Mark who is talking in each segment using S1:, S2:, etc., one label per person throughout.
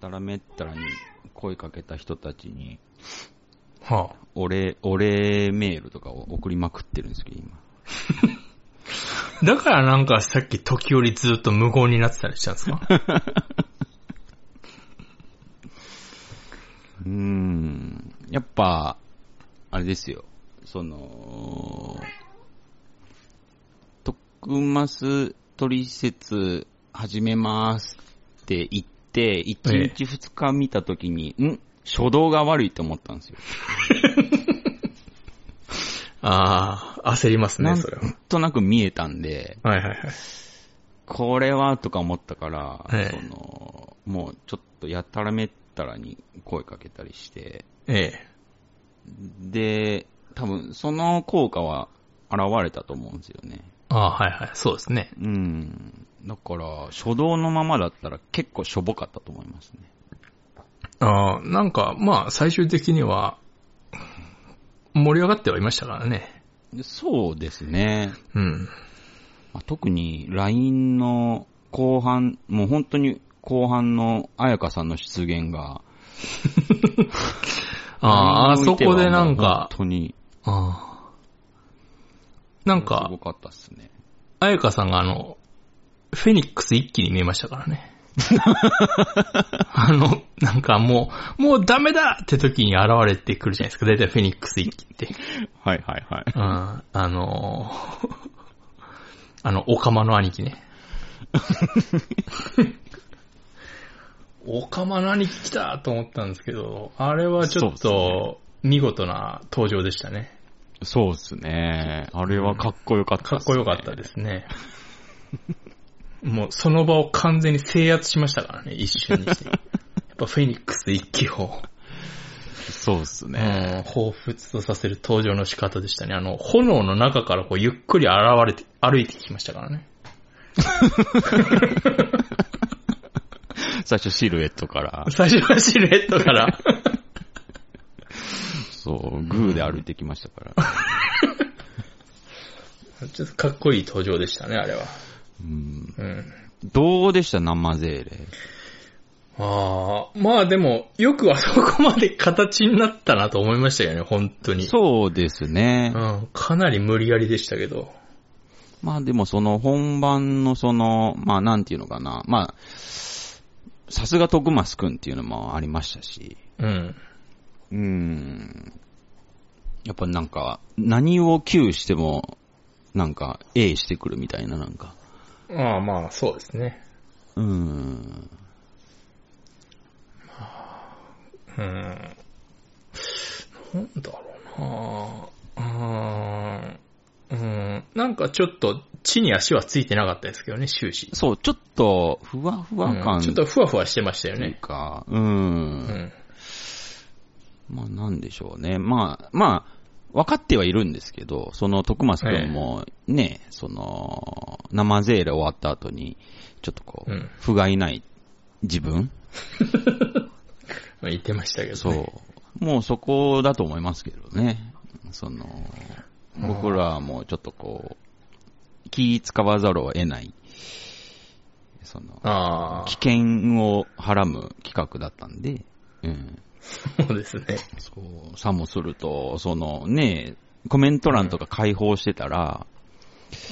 S1: たらめったらに声かけた人たちに、
S2: は
S1: お礼、お礼メールとかを送りまくってるんですけど、今。
S2: あ。だからなんかさっき時折ずっと無言になってたりしたんですか
S1: うーん。やっぱ、あれですよ。その、特マス取説始めますって言って、1日2日見たときに、ん初動が悪いと思ったんですよ。
S2: ああ、焦ります
S1: な
S2: ね、
S1: ん
S2: それは。
S1: となく見えたんで、
S2: はいはいはい。
S1: これはとか思ったから、
S2: ええ
S1: そのもうちょっとやたらめったらに声かけたりして、
S2: ええ。
S1: で、多分その効果は現れたと思うんですよね。
S2: ああ、はいはい。そうですね。
S1: うん。だから、初動のままだったら結構しょぼかったと思いますね。
S2: ああ、なんか、まあ、最終的には、盛り上がってはいましたからね。
S1: でそうですね。
S2: うん。
S1: まあ、特に LINE の後半、もう本当に後半の彩香さんの出現が、
S2: ああ、あ
S1: LINE にお
S2: そ
S1: いては
S2: こでなん
S1: も
S2: か
S1: う、本当に、
S2: ああ。なん
S1: すご
S2: か、
S1: かったっすね。
S2: あやかさんがあの、フェニックス一気に見えましたからね。 あの、なんかもう、もうダメだって時に現れてくるじゃないですか。だいたいフェニックス一気って。
S1: はいはいはい。
S2: うん。あの ーあの、オカマの兄貴ね。オカマの兄貴来たと思ったんですけど、あれはちょっと、見事な登場でしたね。
S1: そうですね。あれはかっこよかった
S2: かっこよかったですね。もうその場を完全に制圧しましたからね、一瞬 にして。やっぱフェニックス一騎を、
S1: す。そうです
S2: う
S1: ね。
S2: ん、彷彿とさせる登場の仕方でしたね。あの、炎の中からこうゆっくり現れて、歩いてきましたからね。
S1: 最初シルエット から、
S2: 最初はシルエットから。
S1: そう、グーで歩いてきましたから。
S2: ちょっとかっこいい登場でしたね、あれは。
S1: うん、
S2: うん。
S1: どうでした生ゼーレ。
S2: ああ、まあでも、よくあそこまで形になったなと思いましたよね、本当に。
S1: そうですね。
S2: うん、かなり無理やりでしたけど。
S1: まあでもその本番のその、まあなんていうのかな。まあ、さすが徳スくんっていうのもありましたし。
S2: うん。
S1: うん。やっぱなんか、何を Q しても、なんか A してくるみたいななんか。
S2: ああ、まあ、そうですね。
S1: うん。
S2: うん。なんだろうなうーん。うん。なんかちょっと、地に足はついてなかったですけどね、終始。
S1: そう、ちょっと、ふわふわ
S2: う
S1: 感
S2: んちょっ
S1: と
S2: とふわふわしてましたよ
S1: いう
S2: ね。
S1: か、うん。
S2: うん。
S1: まあなんでしょうね。まあ、まあ、分かってはいるんですけど、その徳松くんもね、その、生ゼーレ終わった後に、ちょっとこう、
S2: うん
S1: 不甲斐ない自分
S2: まあ言ってましたけど、ね。
S1: そう。もうそこだと思いますけどね。その、僕らはもうちょっとこう、気使わざるを得ない、その、
S2: あ
S1: 危
S2: あ、
S1: 険をはらむ企画だったんで、うん。
S2: そうですね。
S1: そう、さもすると、そのね、コメント欄とか開放してたら、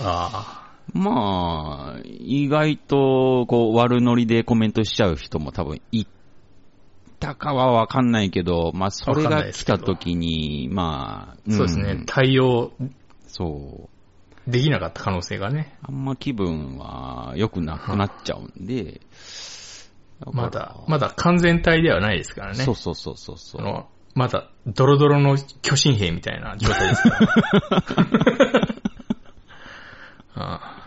S2: あ
S1: まあ、意外と、こう、悪ノリでコメントしちゃう人も多分いたかはわかんないけど、まあ、それ
S2: わかんない
S1: が
S2: です
S1: 来
S2: けど
S1: た時に、まあ、
S2: あ、
S1: ん
S2: そうですね。対応
S1: そう。
S2: できなかった可能性がね。
S1: あんま気分は良くなくなっちゃうんで、
S2: ま
S1: から
S2: だ、まだ完全体ではないですからね。
S1: そうそうそうそうそ
S2: あ
S1: う。
S2: の、まだ、ドロドロの巨神兵みたいな状態ですから。あ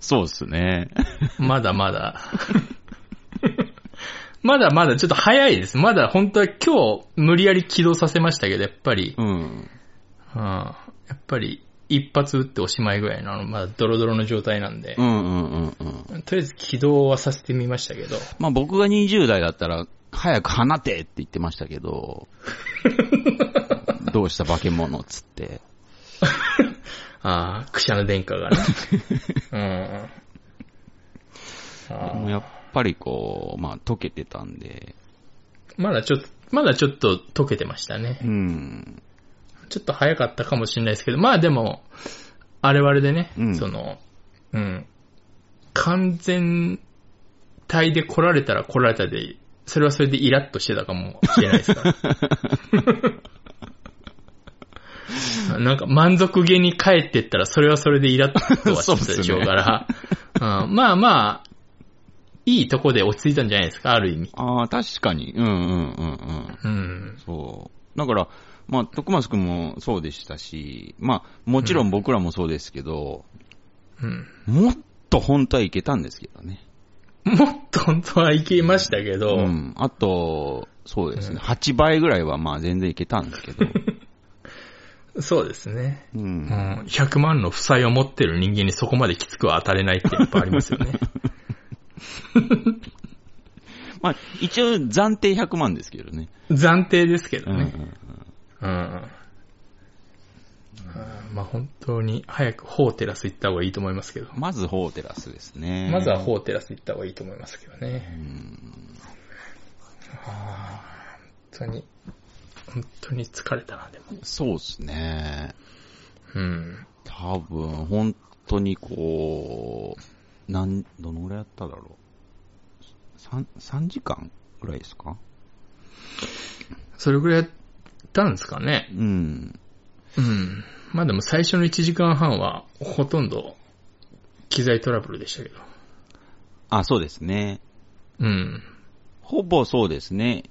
S1: そうですね。
S2: あまだまだ。 まだまだ、ちょっと早いです。まだ本当は今日無理やり起動させましたけど、やっぱり、
S1: うん。
S2: うん、やっぱり一発撃っておしまいぐらいの、あのまだドロドロの状態なんで
S1: う、んうんうんうん。
S2: とりあえず起動はさせてみましたけど、
S1: まあ僕が20代だったら、早く放てって言ってましたけど、どうした化け物っつって。
S2: ああ、クシャの殿下がね。うん。ああ
S1: もうやっぱりこう、まあ溶けてたんで、
S2: まだちょっと、まだちょっと溶けてましたね
S1: う。ん。
S2: ちょっと早かったかもしれないですけど、まあでも、あれはあれでね、
S1: うん
S2: その、うん。完全体で来られたら来られたで、それはそれでイラッとしてたかもしれないで すから。なんか満足げに帰ってったら、それはそれでイラッとはしてたでしょうから。うん、まあまあ、いいとこで落ち着いたんじゃないですか、ある意味。
S1: ああ、確かに。うんうんうんうん。
S2: うん。
S1: そう。だから、まあ、徳松くんもそうでしたし、まあ、もちろん僕らもそうですけど、
S2: うん
S1: もっと本当はいけたんですけどね。
S2: もっと本当はいけましたけど、
S1: ん。あと、そうです
S2: うん
S1: ね。8倍ぐらいはまあ全然いけたんですけど。
S2: そうですね。
S1: う。
S2: うんん、100万の負債を持ってる人間にそこまできつくは当たれないってやっぱありますよ ね。
S1: まあ、一応暫定100万ですけどね。
S2: 暫定ですけ
S1: う
S2: ど
S1: んうんう
S2: ね。
S1: ん。
S2: うん。うんまあ本当に早く法テラス行った方がいいと思いますけど。
S1: まず、ホーテラスですね。
S2: まずは法テラス行った方がいいと思いますけど
S1: う
S2: ね。
S1: ん。
S2: 本当に、本当に疲れたな、でも。
S1: そうですね。
S2: うん。
S1: 多分、本当にこう、なん、どのぐらいやっただろう。三、三時間ぐらいですか
S2: それぐらいやったんですかね。
S1: うん。
S2: うん。まあでも最初の1時間半はほとんど機材トラブルでしたけど。
S1: あ、そうですね。
S2: うん。
S1: ほぼそうですね。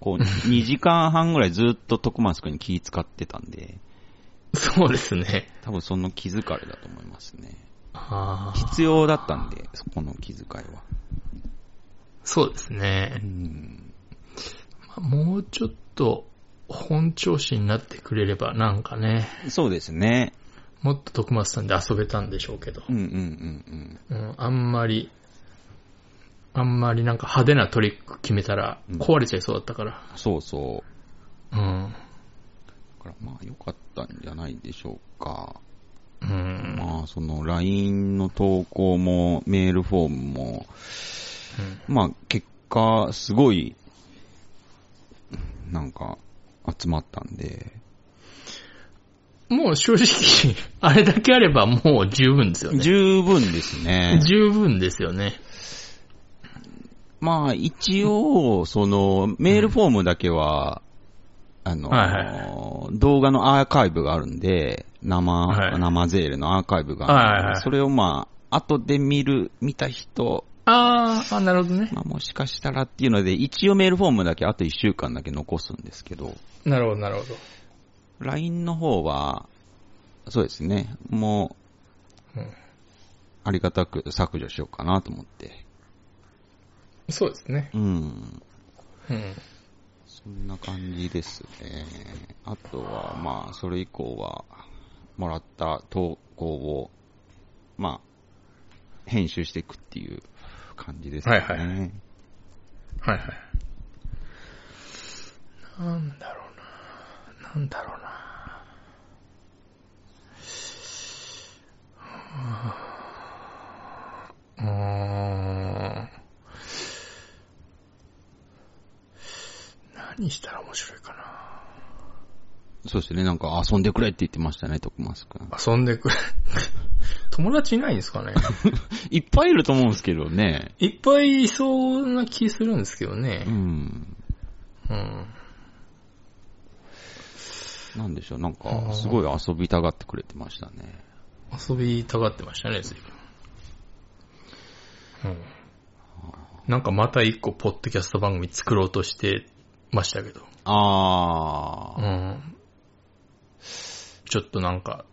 S1: こう、2時 間半ぐらいずっと徳松くんに気使ってたんで、
S2: そうですね。
S1: 多分その気づかれだと思いますね。
S2: ああ。
S1: 必要だったんで、そこの気遣いは。
S2: そうですね
S1: う。ん。
S2: まあもうちょっと本調子になってくれればなんかね、
S1: そうですね。
S2: もっと徳松さんで遊べたんでしょうけど
S1: う、んうんうん
S2: うん、あんまり、あんまりなんか派手なトリック決めたら
S1: うん
S2: 壊れちゃいそうだったから、
S1: うん。そうそう。
S2: うん。
S1: だからまあ良かったんじゃないでしょうか。
S2: うん。
S1: まあその LINE の投稿もメールフォームも、
S2: うん
S1: まあ結果すごい、なんか集まったんで、
S2: もう正直、 あれだけあればもう十分ですよね。。
S1: 十分ですね
S2: 十分ですよね。
S1: まあ一応、そのメールフォームだけは、あの、
S2: はい
S1: 動画のアーカイブがあるんで、生、
S2: はい
S1: 生ゼールのアーカイブがあるんで、
S2: はいはい
S1: それをまあ後で見る、見た人
S2: あーあ、なるほどね。
S1: まあ、もしかしたらっていうので、一応メールフォームだけあと1週間だけ残すんですけど、
S2: なるほど、なるほど。
S1: LINE の方は、そうですね、もう
S2: うん、
S1: ありがたく削除しようかなと思って。
S2: そうですね。
S1: うん。
S2: うん。
S1: そんな感じですね。あとは、まあ、それ以降は、もらった投稿を、まあ、編集していくっていう感じですね。
S2: はいははいはい。なんだろうな。なんだろうな。うーん。何したら面白いかな。
S1: そうですね、なんか遊んでくれって言ってましたね、徳松くん。
S2: 遊んでくれ。 友達いないんです かね
S1: いっぱいいると思うんですけどね。
S2: いっぱいいそうな気するんですけど
S1: う
S2: ね。
S1: ん。
S2: うん。
S1: なんでしょう、なん
S2: あ
S1: か、
S2: ー
S1: すごい遊びたがってくれてましたね。
S2: 遊びたがってましたね、随分。うん。なんかまた一個、ポッドキャスト番組作ろうとしてましたけど。
S1: あ
S2: う
S1: ー。
S2: ん。ちょっとなんか、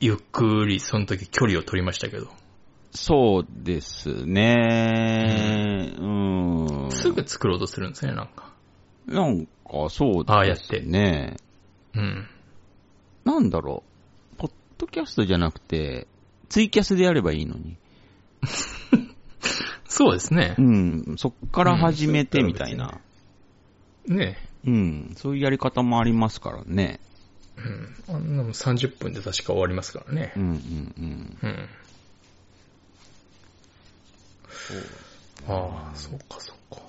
S2: ゆっくり、その時距離を取りましたけど。
S1: そうですね。うん。
S2: すぐ作ろうとするんですね、なんか。
S1: なんか、そう
S2: ああや
S1: で
S2: っ
S1: す
S2: て
S1: ね。
S2: うん。
S1: なんだろう。ポッドキャストじゃなくて、ツイキャスでやればいいのに。
S2: そうですね
S1: う。ん。そっから始めてみたいな。
S2: ね
S1: うん。そういうやり方もありますからね。
S2: え。うん。あんなもん30分で確か終わりますからね
S1: う。んうんうん。
S2: うん。
S1: そう
S2: ああ、そうかそうか。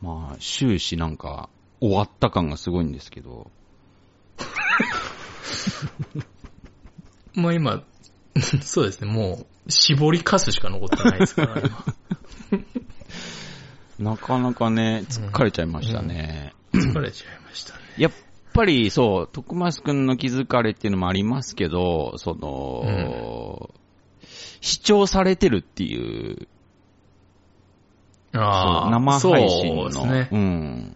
S1: まあ、終始なんか、終わった感がすごいんですけど、
S2: まあ今、 そうですね、もう、絞りかすしか残ってないですから、今。
S1: なかなかね、疲れちゃいましたね。
S2: 疲れちゃいましたね。
S1: やっぱりそう、徳松くんの気づかれっていうのもありますけど、その、視聴されてるっていう、
S2: あ
S1: そう
S2: あ、
S1: 生配信の、
S2: そうですね。
S1: ん。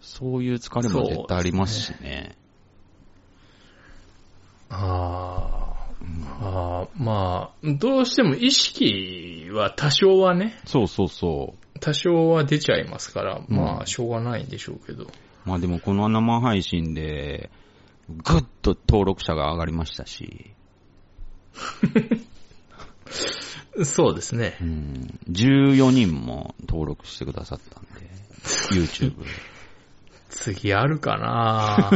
S1: そういう疲れも絶対ありますしね。
S2: ああ、ああ、まあ、どうしても意識は多少はね、
S1: そうそうそう。
S2: 多少は出ちゃいますから、
S1: うん
S2: まあ、しょうがないんでしょうけど。
S1: まあでもこの生配信で、ぐっと登録者が上がりましたし、
S2: そうですね
S1: う。ん、14人も登録してくださったんで、YouTube。
S2: 次あるかな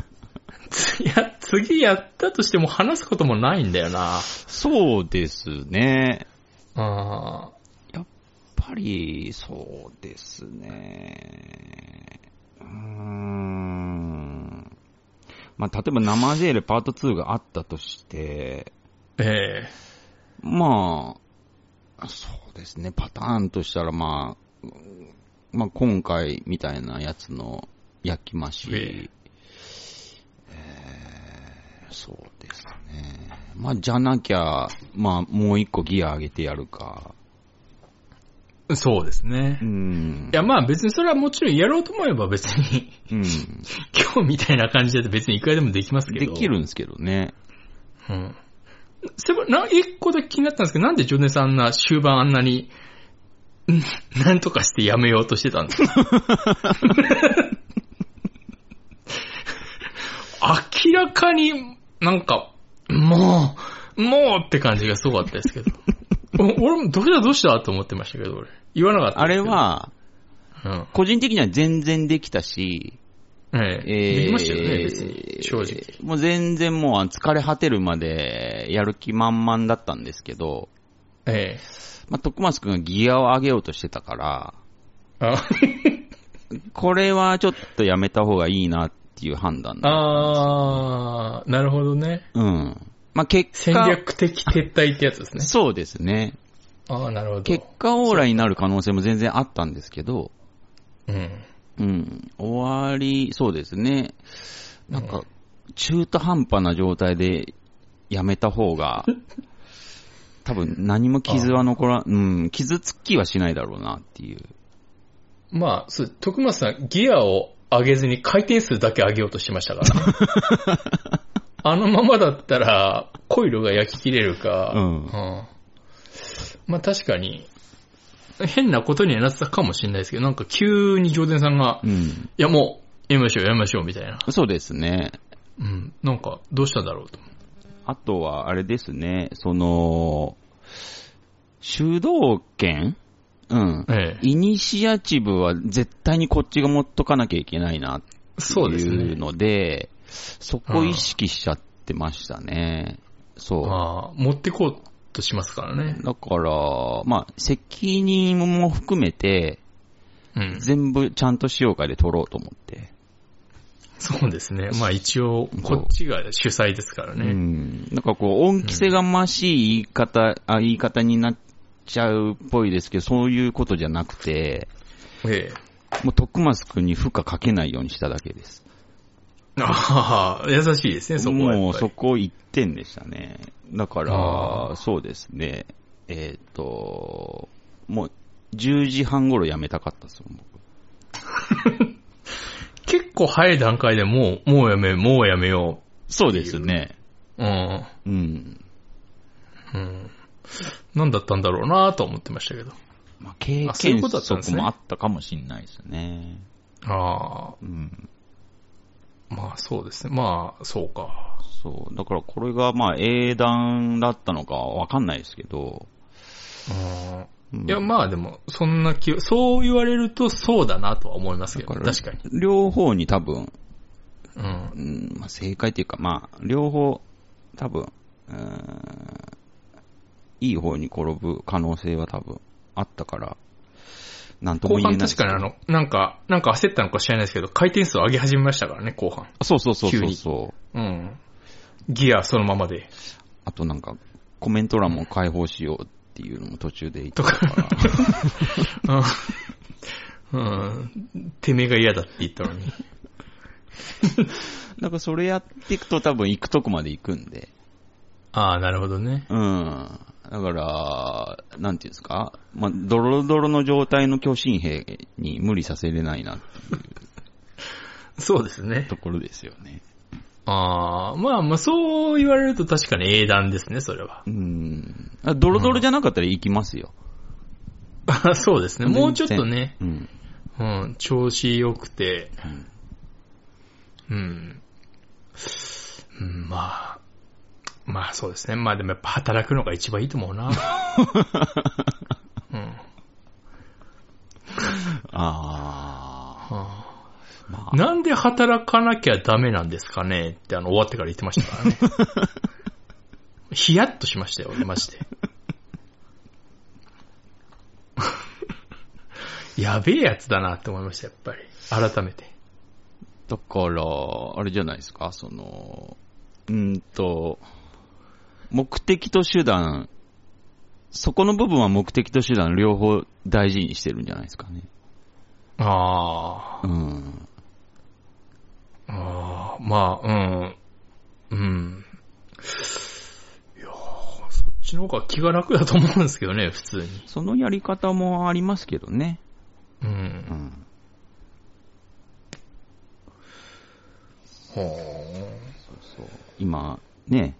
S2: 次や、次やったとしても話すこともないんだよな
S1: そうですね。
S2: あ
S1: やっぱり、そうですね。うーん。まあ、例えば生ジェールパート2があったとして、
S2: ーえ
S1: まあ、そうですね、パターンとしたら、まあ、うんまあ、今回みたいなやつの焼き増し、
S2: ええ
S1: えーそうですね。まあ、じゃなきゃ、まあ、もう一個ギア上げてやるか。
S2: えそうですね
S1: う。ん
S2: い。や、まあ別にそれはもちろんやろうと思えば別に、
S1: うん。
S2: 今日みたいな感じだと別にいくらでもできますけ
S1: で
S2: ど。
S1: き。るんですけどね。
S2: うん。そういえば、な、一個だけ気になったんですけど、なんでジョネさんあんな終盤あんなに、 んなんとかしてやめようとしてたんですか明らかになんか、もう、もうって感じがすごかったですけど。お俺もどうしたどうしたと思ってましたけど、俺。言わなかった
S1: あ
S2: で
S1: れ
S2: すけど。
S1: は、
S2: うん、
S1: 個人的には全然できたし、
S2: ええできましたよね、別に。正直。
S1: もう全然もう疲れ果てるまでやる気満々だったんですけど、
S2: ええ
S1: まあ、徳松くんがギアを上げようとしてたから、
S2: あ
S1: これはちょっとやめた方がいいなっていう判断だ。
S2: あー、なるほどね。
S1: うん。まあ、結
S2: 戦
S1: 果、
S2: 略的撤退ってやつですね。
S1: そうですね。
S2: ああ、なるほど。
S1: 結果オーライになる可能性も全然あったんですけど、
S2: うん。
S1: うん。終わり、そうですね。なんか、中途半端な状態でやめた方 が、多分何も傷は残ら、うん、傷つきはしないだろうなっていう。
S2: まあ、そう、徳松さん、ギアを上げずに回転数だけ上げようとしてましたから。 あのままだったら、コイルが焼き切れるか、
S1: うん
S2: まあ確かに、変なことにはなってたかもしれないですけど、なんか急に上田さんが、
S1: う
S2: い
S1: ん。
S2: やもう、やめましょう、やめましょう、みたいな。
S1: そうですね。
S2: うん。なんか、どうしたんだろうと。
S1: あとは、あれですね、その、主導権うん。
S2: ええ。
S1: イニシアチブは絶対にこっちが持っとかなきゃいけないなって
S2: そうです
S1: いう
S2: ね。
S1: ので、そこ意識しちゃってましたね。そう。
S2: まあ、持ってこうとしますからね。
S1: だから、まあ、責任も含めて、
S2: うん。
S1: 全部ちゃんと使用会で取ろうと思って。
S2: そうですね。まあ一応、こっちが主催ですから
S1: う
S2: ね。
S1: ん。なんかこう、恩着せがましい言い方、あ、言い方になっちゃうっぽいですけど、そういうことじゃなくて、
S2: ええ。
S1: もう徳松くんに負荷かけないようにしただけです。
S2: ああ、優しいですね、そこはやっぱり。
S1: もうそこ一点でしたね。だか
S2: あ
S1: ら、そうですね。えっ、と、もう10時半頃やめたかったですよ、僕
S2: 結構早い段階でもう、もうやめよう、もうやめよ
S1: そうですね。
S2: う。うん。
S1: うん。
S2: うん。何だったんだろうなと思ってましたけど。
S1: まあ、経
S2: あそういう
S1: 験
S2: ことだったんです
S1: 則
S2: ね
S1: もあったかもしれないですね。
S2: ああ、
S1: うん。
S2: まあそうですね。まあ、そうか。
S1: そう。だからこれがまあ英断だったのかわかんないですけど。
S2: う
S1: う
S2: ん。
S1: ん
S2: いや、まあでも、そんな気、そう言われるとそうだなとは思いますけど、
S1: だから
S2: 確かに。
S1: 両方に多分、
S2: うん
S1: う。ん、まあ正解というかまあ、両方多分、うーん、いい方に転ぶ可能性は多分あったから、なんとも
S2: 後
S1: 言え
S2: 半
S1: ない。
S2: 確かにあの、なんか、なんか焦ったのか知らないですけど、回転数を上げ始めましたからね、後半。
S1: そうそうそう
S2: 急
S1: そう
S2: に
S1: そう。
S2: うん。ギアそのままで。
S1: あとなんか、コメント欄も開放しようっていうのも途中で言って
S2: と
S1: た
S2: か
S1: から。
S2: うん。てめえが嫌だって言ったのに。
S1: だからそれやっていくと多分行くとこまで行くんで。
S2: ああ、なるほどね。
S1: うん。だから、なんていうんですかまあ、ドロドロの状態の巨神兵に無理させれないなって
S2: そうですね。
S1: ところですよね。
S2: ああ、まあまあ、そう言われると確かに英断ですね、それは。
S1: うん。あドロドロじゃなかったら行きますよ。
S2: あそうですね。もうちょっとね、
S1: うん。
S2: うん、調子良くて、
S1: うん
S2: うん。うん、まあ、まあそうですね。まあでもやっぱ働くのが一番いいと思う な。うん。は
S1: あ
S2: あ
S1: あ。まあ、
S2: なんで働かなきゃダメなんですかねってあの終わってから言ってましたからね。 ヒヤッとしましたよ、俺マ ジで。やべえやつだなって思いました、やっぱり。改めて。
S1: だから、あれじゃないですか、その、うーんと、目的と手段、そこの部分は目的と手段両方大事にしてるんじゃないですかね。
S2: あ
S1: うん。
S2: あ、ああ、まあ、うん、うん。いやーそっちの方が気が楽だと思うんですけどね、普通に。
S1: そのやり方もありますけどね。
S2: う。
S1: うんん。
S2: ほ
S1: そう。今、ね、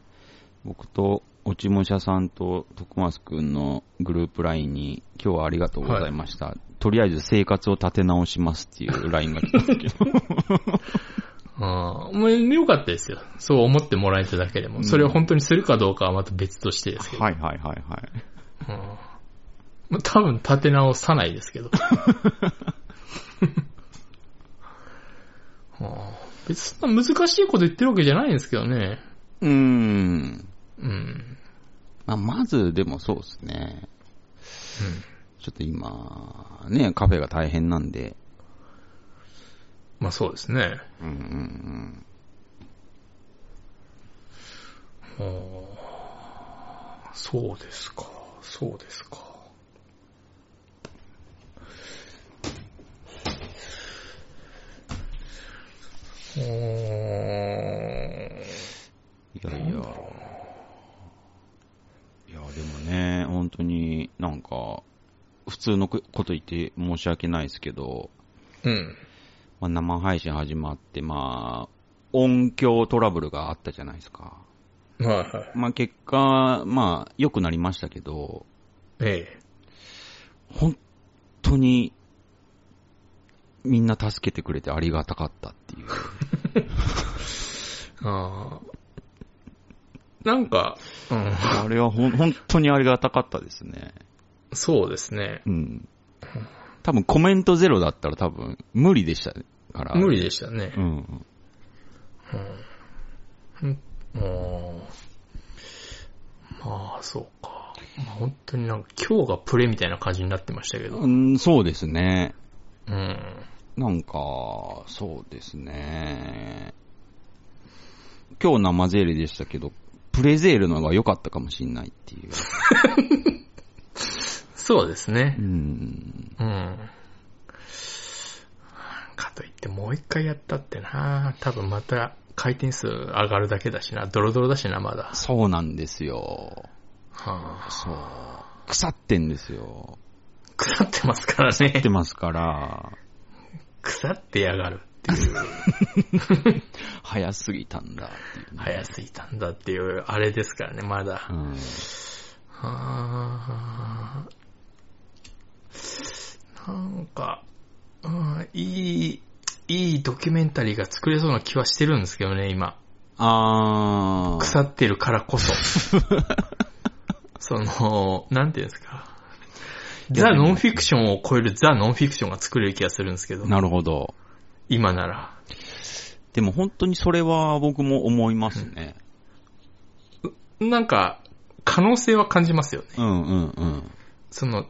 S1: 僕と落ち武者さんと徳松くんのグループ LINE に、今日はありがとうございました。とりあえず生活を立て直しますっていう LINE が来たんですけど。
S2: う。ああ、もうよかったですよ。そう思ってもらえただけでも。それを本当にするかどうかはまた別としてですけ ど。
S1: はいはいはいはい。
S2: うんまあ多分立て直さないで すけど。あー別にそんな難しいこと言ってるわけじゃないんですけどね。
S1: うーん。
S2: うん。
S1: まあ、まず、でもそうですね。ちょっと今、ね、カフェが大変なんで。
S2: まあそうですね。
S1: うんうんうん。
S2: あーそうですか。そうですか。うーん。
S1: いやいや。いや、でもね、本当になんか、普通のここと言って申し訳ないですけど、
S2: うん。
S1: まあ、生配信始まって、まあ、音響トラブルがあったじゃないですか。
S2: はいはい。
S1: まあ結果、まあ良くなりましたけど、
S2: ええ。
S1: 本当に、みんな助けてくれてありがたかったっていう。
S2: ああ。なんか、うん、
S1: あれはほん本当にありがたかったですね。
S2: そうですね。
S1: うん。多分コメントゼロだったら多分無理でしたから。
S2: 無理でしたね
S1: う。ん。
S2: うんうんまあ、そうか。まあ、本当になんか今日がプレみたいな感じになってましたけど。
S1: うん、そうですね。
S2: うん。
S1: なんか、そうですね。今日生ゼールでしたけど、プレゼールの方が良かったかもしんないっていう。
S2: そうです
S1: う
S2: ね。
S1: ん。
S2: うん。かといってもう一回やったってな。多分また回転数上がるだけだしな。ドロドロだしな、まだ。
S1: そうなんですよ。
S2: はあ、
S1: そう。腐ってんですよ。
S2: 腐ってますからね
S1: 腐って。ますから、
S2: 腐ってやがるっていう。
S1: 早すぎたんだっていうね、
S2: 早すぎたんだっていう、あれですからね、まだ。
S1: うん。
S2: はあなんか、うんいい、いいドキュメンタリーが作れそうな気はしてるんですけどね、今。
S1: あー。
S2: 腐ってるから こそ。その、なんていうんですか。ザ・ノンフィクションを超えるザ・ノンフィクションが作れる気がするんですけど、
S1: なるほど。
S2: 今なら。
S1: でも本当にそれは僕も思いますね。
S2: なんか、可能性は感じますよね。
S1: うんうんうん。
S2: その、う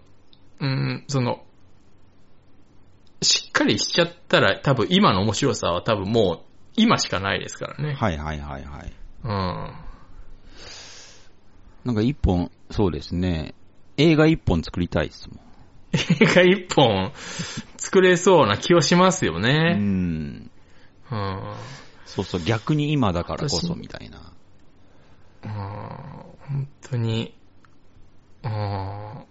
S2: ーん、その、しっかりしちゃったら多分今の面白さは多分もう今しかないですからね。
S1: はいはいはいはい。
S2: うん。
S1: なんか一本、そうですね。映画一本作りたいですもん。
S2: 映画一本作れそうな気はしますよ
S1: う
S2: ね。
S1: ん。
S2: うん。
S1: そうそう、逆に今だからこそみたいな。
S2: うん本当に、うんな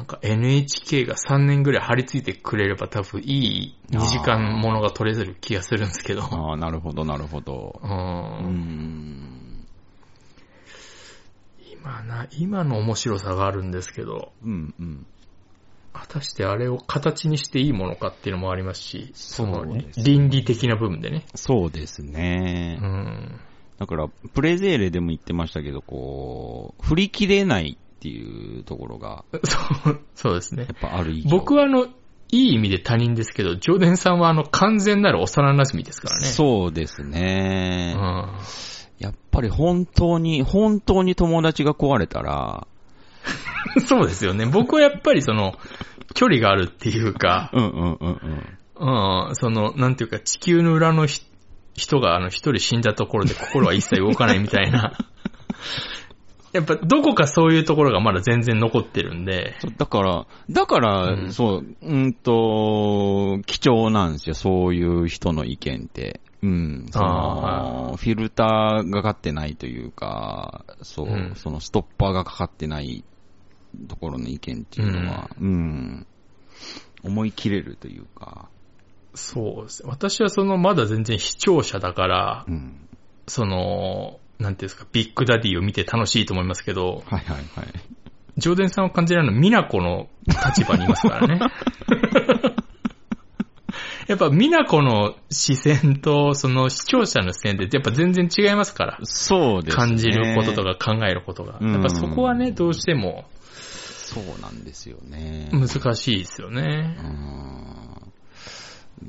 S2: んか NHK が3年ぐらい張り付いてくれれば多分いい2時間ものが撮れてる気がするんですけど。
S1: ああ、なるほどなるほど
S2: う。
S1: うんん。
S2: 今な、今の面白さがあるんですけど、
S1: うんうん。
S2: 果たしてあれを形にしていいものかっていうのもありますし、
S1: そう
S2: の
S1: ですね
S2: 倫理的な部分でね。
S1: そうですね。
S2: うん。
S1: だから、プレゼーレでも言ってましたけど、こう、振り切れないっていうところが、
S2: そう、そうですね
S1: や。っぱある以上。
S2: 僕
S1: は
S2: はあの、いい意味で他人ですけど、ジョーデンさんはあの、完全なる幼馴染ですからね。
S1: そうです
S2: う
S1: ね。
S2: ん。
S1: やっぱり本当に、本当に友達が壊れたら、
S2: そうですよね。僕はやっぱりその、距離があるっていうか、
S1: うんうんうんうん。
S2: うん、その、なんていうか、地球の裏のひ人があの、一人死んだところで心は一切動かないみたいな。 やっぱ、どこかそういうところがまだ全然残ってるんで、
S1: そうだから、だから、
S2: うん
S1: そう、うんと、貴重なんですよ、そういう人の意見って。うん、そ
S2: あ
S1: の、フィルターがかかってないというか、そう、
S2: うん
S1: そのストッパーがかかってないところの意見っていうのは、うん、思い切れるというか、
S2: そうです。私はその、まだ全然視聴者だから
S1: う、ん。
S2: その、なんていうんですか、ビッグダディを見て楽しいと思いますけど、
S1: はいはいはい。
S2: ジョーデンさんは完全にあの、ミナコの立場にいますから ね。やっぱ、ミナコの視線と、その視聴者の視線って、やっぱ全然違いますから。
S1: そうですね。
S2: 感じることと。か考えることが。
S1: うん
S2: やっぱそこはね、どうしても
S1: そうなんですよね。
S2: 難しいですよ
S1: う
S2: ね。
S1: ん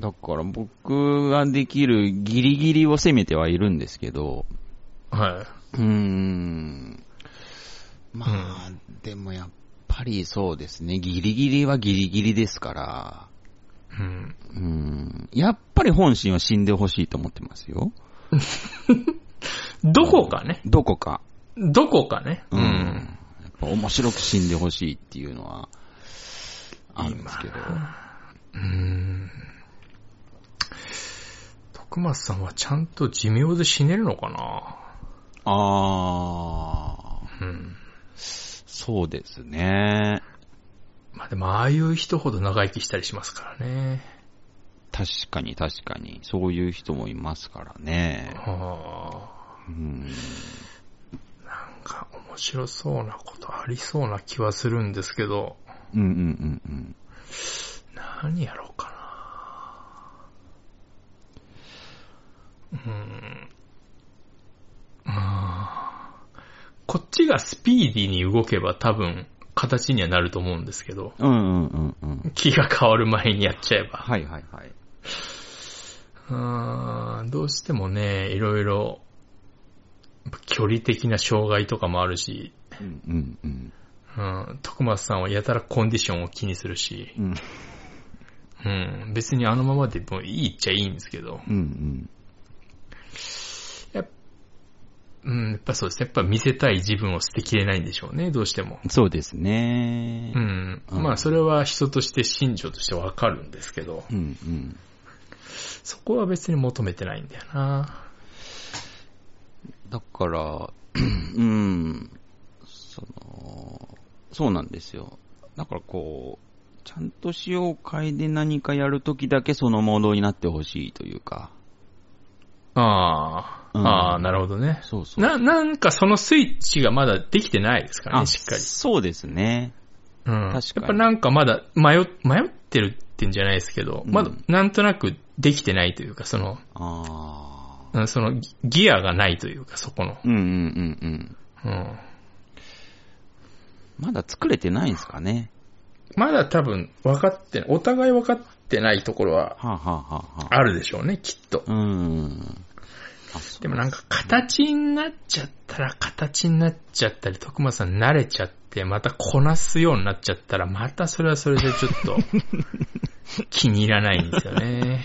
S1: だから僕ができるギリギリを攻めてはいるんですけど、
S2: は
S1: うーん。まあ、でもやっぱりそうですね。ギリギリはギリギリですから、
S2: い。うん。
S1: うん。やっぱり本心は死んでほしいと思ってますよ。
S2: どこかね。
S1: どこか。
S2: どこかね。
S1: うん。やっぱ面白く死んでほしいっていうのは、あるんですけど。
S2: うん。徳松さんはちゃんと寿命で死ねるのかな
S1: あー、
S2: うん。
S1: そうですね。
S2: まあでも、ああいう人ほど長生きしたりしますからね。
S1: 確かに確かに、そういう人もいますからね。
S2: はあ。
S1: うん。
S2: なんか面白そうなことありそうな気はするんですけど、
S1: うんうんうんうん。
S2: 何やろうかな。うーん。あーこっちがスピーディーに動けば多分形にはなると思うんですけど、
S1: うんうんうんうん。
S2: 気が変わる前にやっちゃえば。
S1: はいはいはい。
S2: うーん、どうしてもね、いろいろ、やっぱ距離的な障害とかもあるし、
S1: うんうんうん。
S2: うん、徳松さんはやたらコンディションを気にするし、
S1: うん
S2: うん、別にあのままでもいいっちゃいいんですけど、
S1: うんうん。
S2: うん、やっぱそうですね。やっぱ見せたい自分を捨てきれないんでしょうね、どうしても。
S1: そうですね
S2: う。ん。
S1: うん
S2: まあ、それは人として、信条としてわかるんですけど、
S1: うんうん。
S2: そこは別に求めてないんだよな。
S1: だから、 うん、その、そうなんですよ。だからこう、ちゃんと使用会で何かやるときだけそのモードになってほしいというか。
S2: ああ、
S1: うん
S2: ああ、なるほどね。
S1: そうそう。
S2: な、なんかそのスイッチがまだできてないですからね、しっかり。
S1: そうですね。
S2: うん。
S1: 確かに
S2: やっぱなんかまだ迷、迷ってるってんじゃないですけど、
S1: うん
S2: まだなんとなくできてないというか、その、
S1: ああ。
S2: うんそのギギアがないというか、そこの。
S1: うんうんうんうん。
S2: うん。
S1: まだ作れてないんですかね。
S2: まだ多分分かってない、お互い分かってないところ
S1: は
S2: は
S1: あ、はあはあはあ、
S2: あるでしょうね、きっと。
S1: うん。
S2: でもなんか形になっちゃったら形になっちゃったり、徳間さん慣れちゃって、またこなすようになっちゃったら、またそれはそれでちょっ と気に入らないんですよね。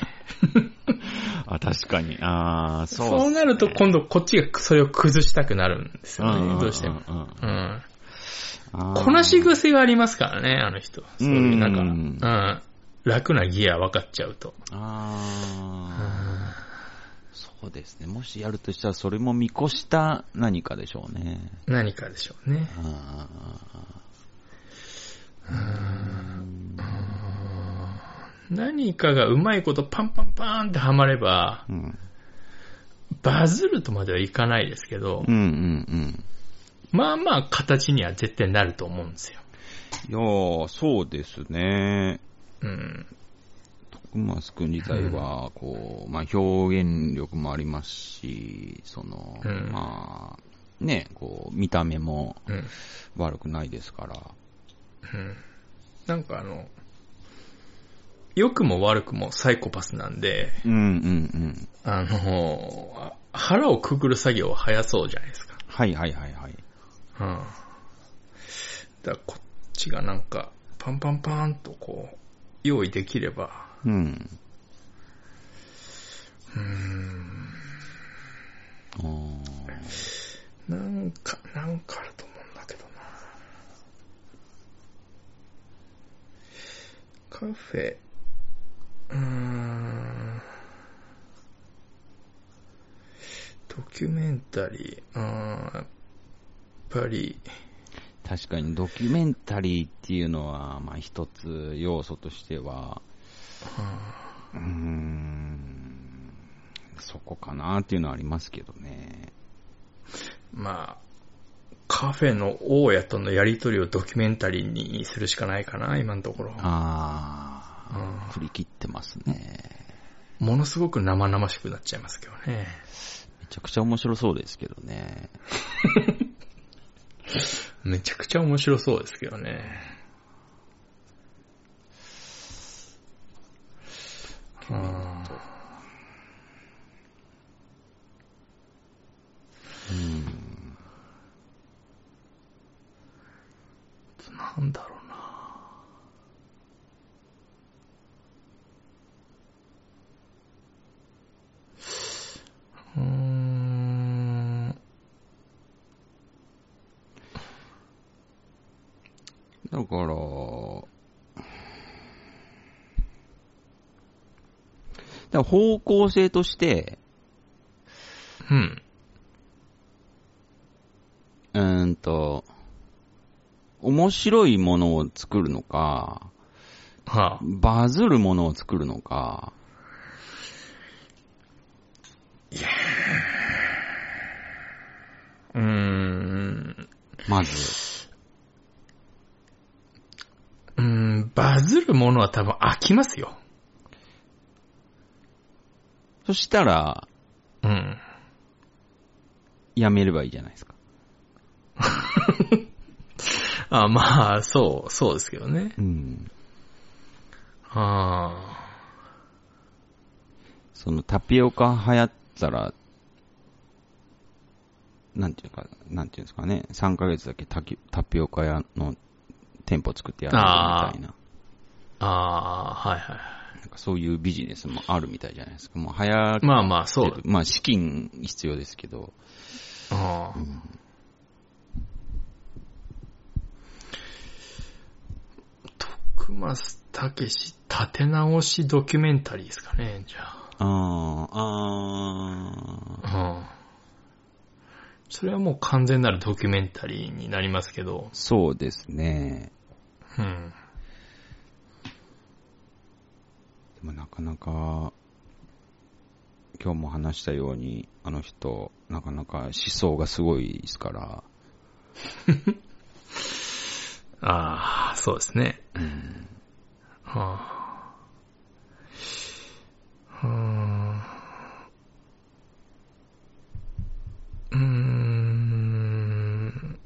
S1: あ、確かに。ああ、そうっすね、
S2: そうなると今度こっちがそれを崩したくなるんですよ
S1: んんん
S2: ね、
S1: ん
S2: どうしても。。う
S1: あ
S2: ん。
S1: ー
S2: こなし癖がありますからね、あの人。そういうなんか、
S1: う
S2: うんん。楽なギア分かっちゃうと。
S1: ああ。そうですね。もしやるとしたら、それも見越した何かでしょうね。
S2: 何かでしょうね。
S1: ああ。
S2: 何かがうまいことパンパンパーンってはまれば、
S1: うん。
S2: バズるとまではいかないですけど、
S1: うんうん
S2: まあまあ形には絶対なると思うんですよ。
S1: うん。いやーそうですね。
S2: うん。
S1: 徳松くん自体は、こう、まあ、表現力もありますし、その、
S2: うん
S1: まあ、ね、こう、見た目も
S2: うん。
S1: 悪くないですから。
S2: うん。なんかあの、良くも悪くもサイコパスなんで、
S1: うんうんうん。
S2: あの、腹をくくる作業は早そうじゃないですか。
S1: はいはいはいはい。
S2: うん。だからこっちがなんか、パンパンパーンとこう、用意できれば、
S1: うん。
S2: うーん、
S1: あー
S2: なんか、なんかあると思うんだけどな。カフェ、うーん、ドキュメンタリー、あーやっぱり、
S1: 確かにドキュメンタリーっていうのは、まあ一つ要素としては、うーん、そこかなっていうのはありますけどね。
S2: まあ、カフェの大家とのやりとりをドキュメンタリーにするしかないかな、今のところ。
S1: あ
S2: うん
S1: あ、振り切ってますね。
S2: ものすごく生々しくなっちゃいますけどね。
S1: めちゃくちゃ面白そうですけどね。
S2: めちゃくちゃ面白そうですけどね。うん
S1: うん。
S2: なんだろうな。うーん。
S1: だから、だから方向性として、
S2: うん。
S1: うーんと、面白いものを作るのか、
S2: はあ、
S1: バズるものを作るのか、
S2: うーん。
S1: まず。
S2: うーん、バズるものは多分飽きますよ。
S1: そしたら、
S2: うん。
S1: やめればいいじゃないですか。
S2: あまあ、そう、そうですけどね。
S1: うん。
S2: あ
S1: そのタピオカ流行ったら、なんていうか、なんていうんですかね、3ヶ月だけタキタピオカ屋の店舗作ってやるみたいな、
S2: あ、ああ、はいはい。
S1: なんかそういうビジネスもあるみたいじゃないですか。もう流行ってる、
S2: まあまあ、そうだ。
S1: まあ資金必要ですけど、
S2: ああ徳松たけし立て直しドキュメンタリーですかね、じゃ
S1: あー、あ
S2: あ。うん。それはもう完全なるドキュメンタリーになりますけど
S1: ー、、そうですね。
S2: うん。
S1: でもなかなか、今日も話したように、あの人、なかなか思想がすごいですから、
S2: ああ、そうですね。
S1: うん、
S2: はあ。はあ。うーん。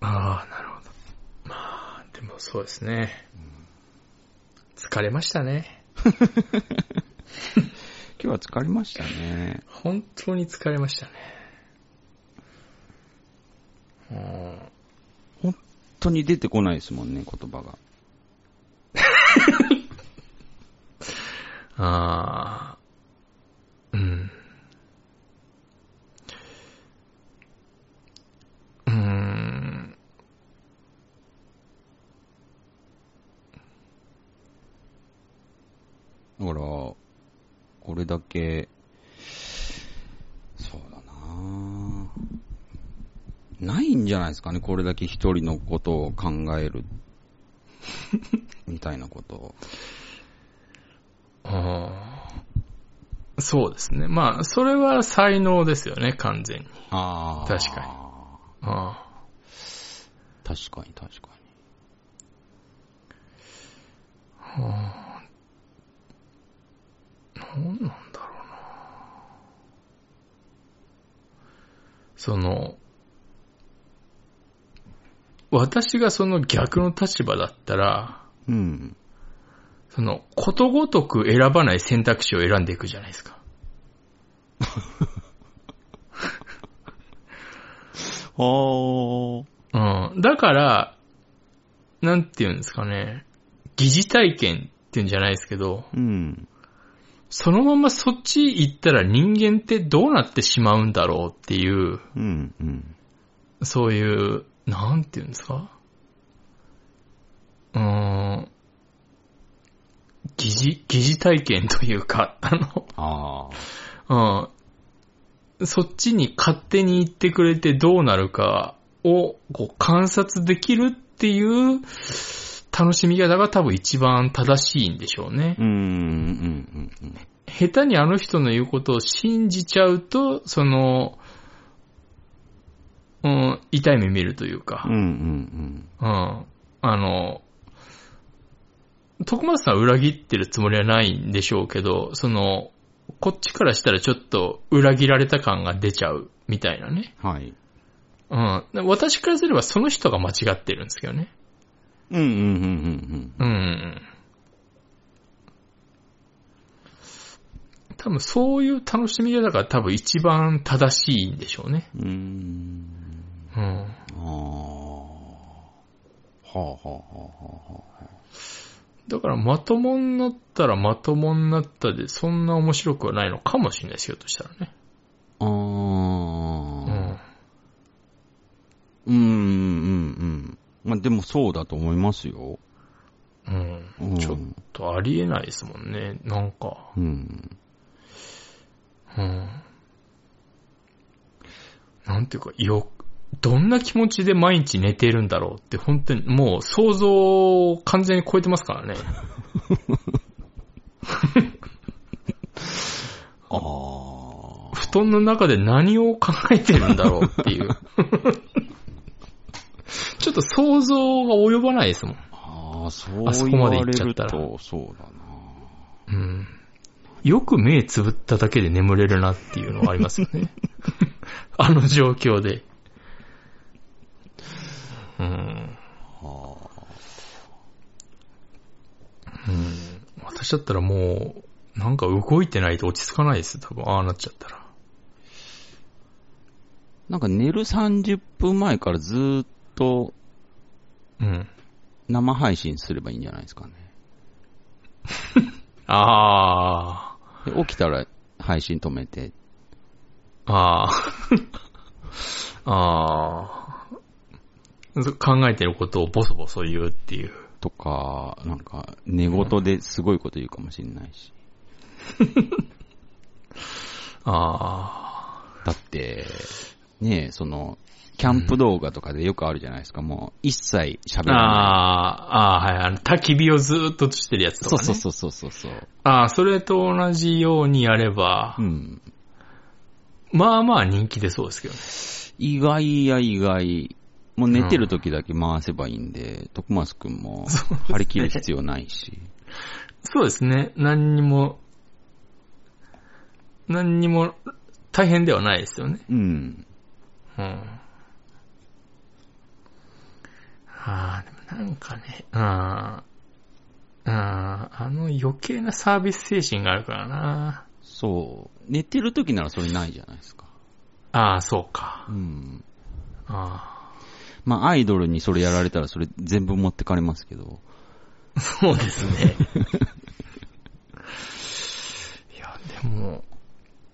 S2: ああ、なるほど。まあ、でもそうですね。疲れましたね。
S1: 今日は疲れましたね。
S2: 本当に疲れましたね。うん
S1: 本当に出てこないですもんね、言葉が。
S2: あーうん。うーん。
S1: だから、これだけ、そうだなぁないんじゃないですかね、これだけ一人のことを考える。みたいなことを。
S2: あーそうですね。まあ、それは才能ですよね、完全に。
S1: ああ。
S2: 確かにあ
S1: 確かに、確かに。
S2: ーあー。なんなんだろうな。その、私がその逆の立場だったら、
S1: うん。
S2: その、ことごとく選ばない選択肢を選んでいくじゃないですか。
S1: あー。
S2: うん。だから、なんていうんですかね、疑似体験っていうんじゃないですけど、
S1: うん。
S2: そのままそっち行ったら人間ってどうなってしまうんだろうっていう、
S1: うん。うん。
S2: そういう、なんていうんですかうーん。疑似、疑似体験というか、あの、
S1: ああ。
S2: うん。そっちに勝手に行ってくれてどうなるかをこう観察できるっていう楽しみ方が多分一番正しいんでしょうね
S1: う。ん、うん、うんうん。
S2: 下手にあの人の言うことを信じちゃうと、その、うん、痛い目見るというか、
S1: うん、うん、
S2: うん。あの、徳松さんは裏切ってるつもりはないんでしょうけど、その、こっちからしたらちょっと裏切られた感が出ちゃうみたいなね。
S1: うん。はい。
S2: うん。私からすればその人が間違ってるんですけどね。
S1: うん、うん、うん、うん
S2: うんうんうん。多分そういう楽しみ方が多分一番正しいんでしょうね。
S1: うん。うーん。
S2: うん。
S1: ああ。はあ、はあ、はあ、はあ。
S2: だからまともになったらまともになったで、そんな面白くはないのかもしれないですよ、ひょっとしたらね。
S1: あ
S2: う
S1: ー
S2: ん。
S1: うん、うん、うん。まあ、でもそうだと思いますよ。
S2: う
S1: うん
S2: ん。ちょっとありえないですもんね。なんか。
S1: うん。
S2: うん。なんていうか、よ、どんな気持ちで毎日寝てるんだろうって、本当に、もう想像を完全に超えてますからね。
S1: ああ。
S2: 布団の中で何を考えてるんだろうっていう。ちょっと想像が及ばないですもん。
S1: ああ、そう
S2: あそこ
S1: 言
S2: ま
S1: わ
S2: で
S1: れ
S2: 行っちゃ
S1: る
S2: ったら
S1: と、そうだな。
S2: うん。よく目つぶっただけで眠れるなっていうのはありますよ ね。あの状況で。うん。
S1: は
S2: うん。私だったらもう、なんか動いてないと落ち着かないです。多分、ああなっちゃったら。
S1: あ。なんか寝る30分前からずーっと
S2: うん。
S1: 生配信すればいいんじゃないですかね。
S2: あ
S1: で起きたら配信止めて。
S2: あ。あ あ。ああ。そう考えてることをボソボソ言うっていう。
S1: とか、なんか、寝言ですごいこと言うかもしれないし。
S2: ああ。
S1: だって、ねえ、その、キャンプ動画とかでよくあるじゃないですか。もう、一切喋らない。
S2: ああー、ああ、はい。あの、焚き火をずーっとしてるやつとか、
S1: そう
S2: ね。
S1: そうそうそうそうそう。
S2: ああ、それと同じようにやれば、
S1: うん。
S2: まあまあ人気出そうですけどね。
S1: 意外や意外。もう寝てる時だけ回せばいいんで、徳松くんも張り切る必要ないし。
S2: そうですね。何にも、何にも大変ではないですよね。
S1: うん。
S2: うん。ああ、でもなんかね、ああ、うん、あの余計なサービス精神があるからな。
S1: そう。寝てる時ならそれないじゃないですか。
S2: ああ、そうか。
S1: うん。
S2: あ
S1: まあ、アイドルにそれやられたらそれ全部持ってかれますけど。
S2: あ、そうですね。 いや、でも、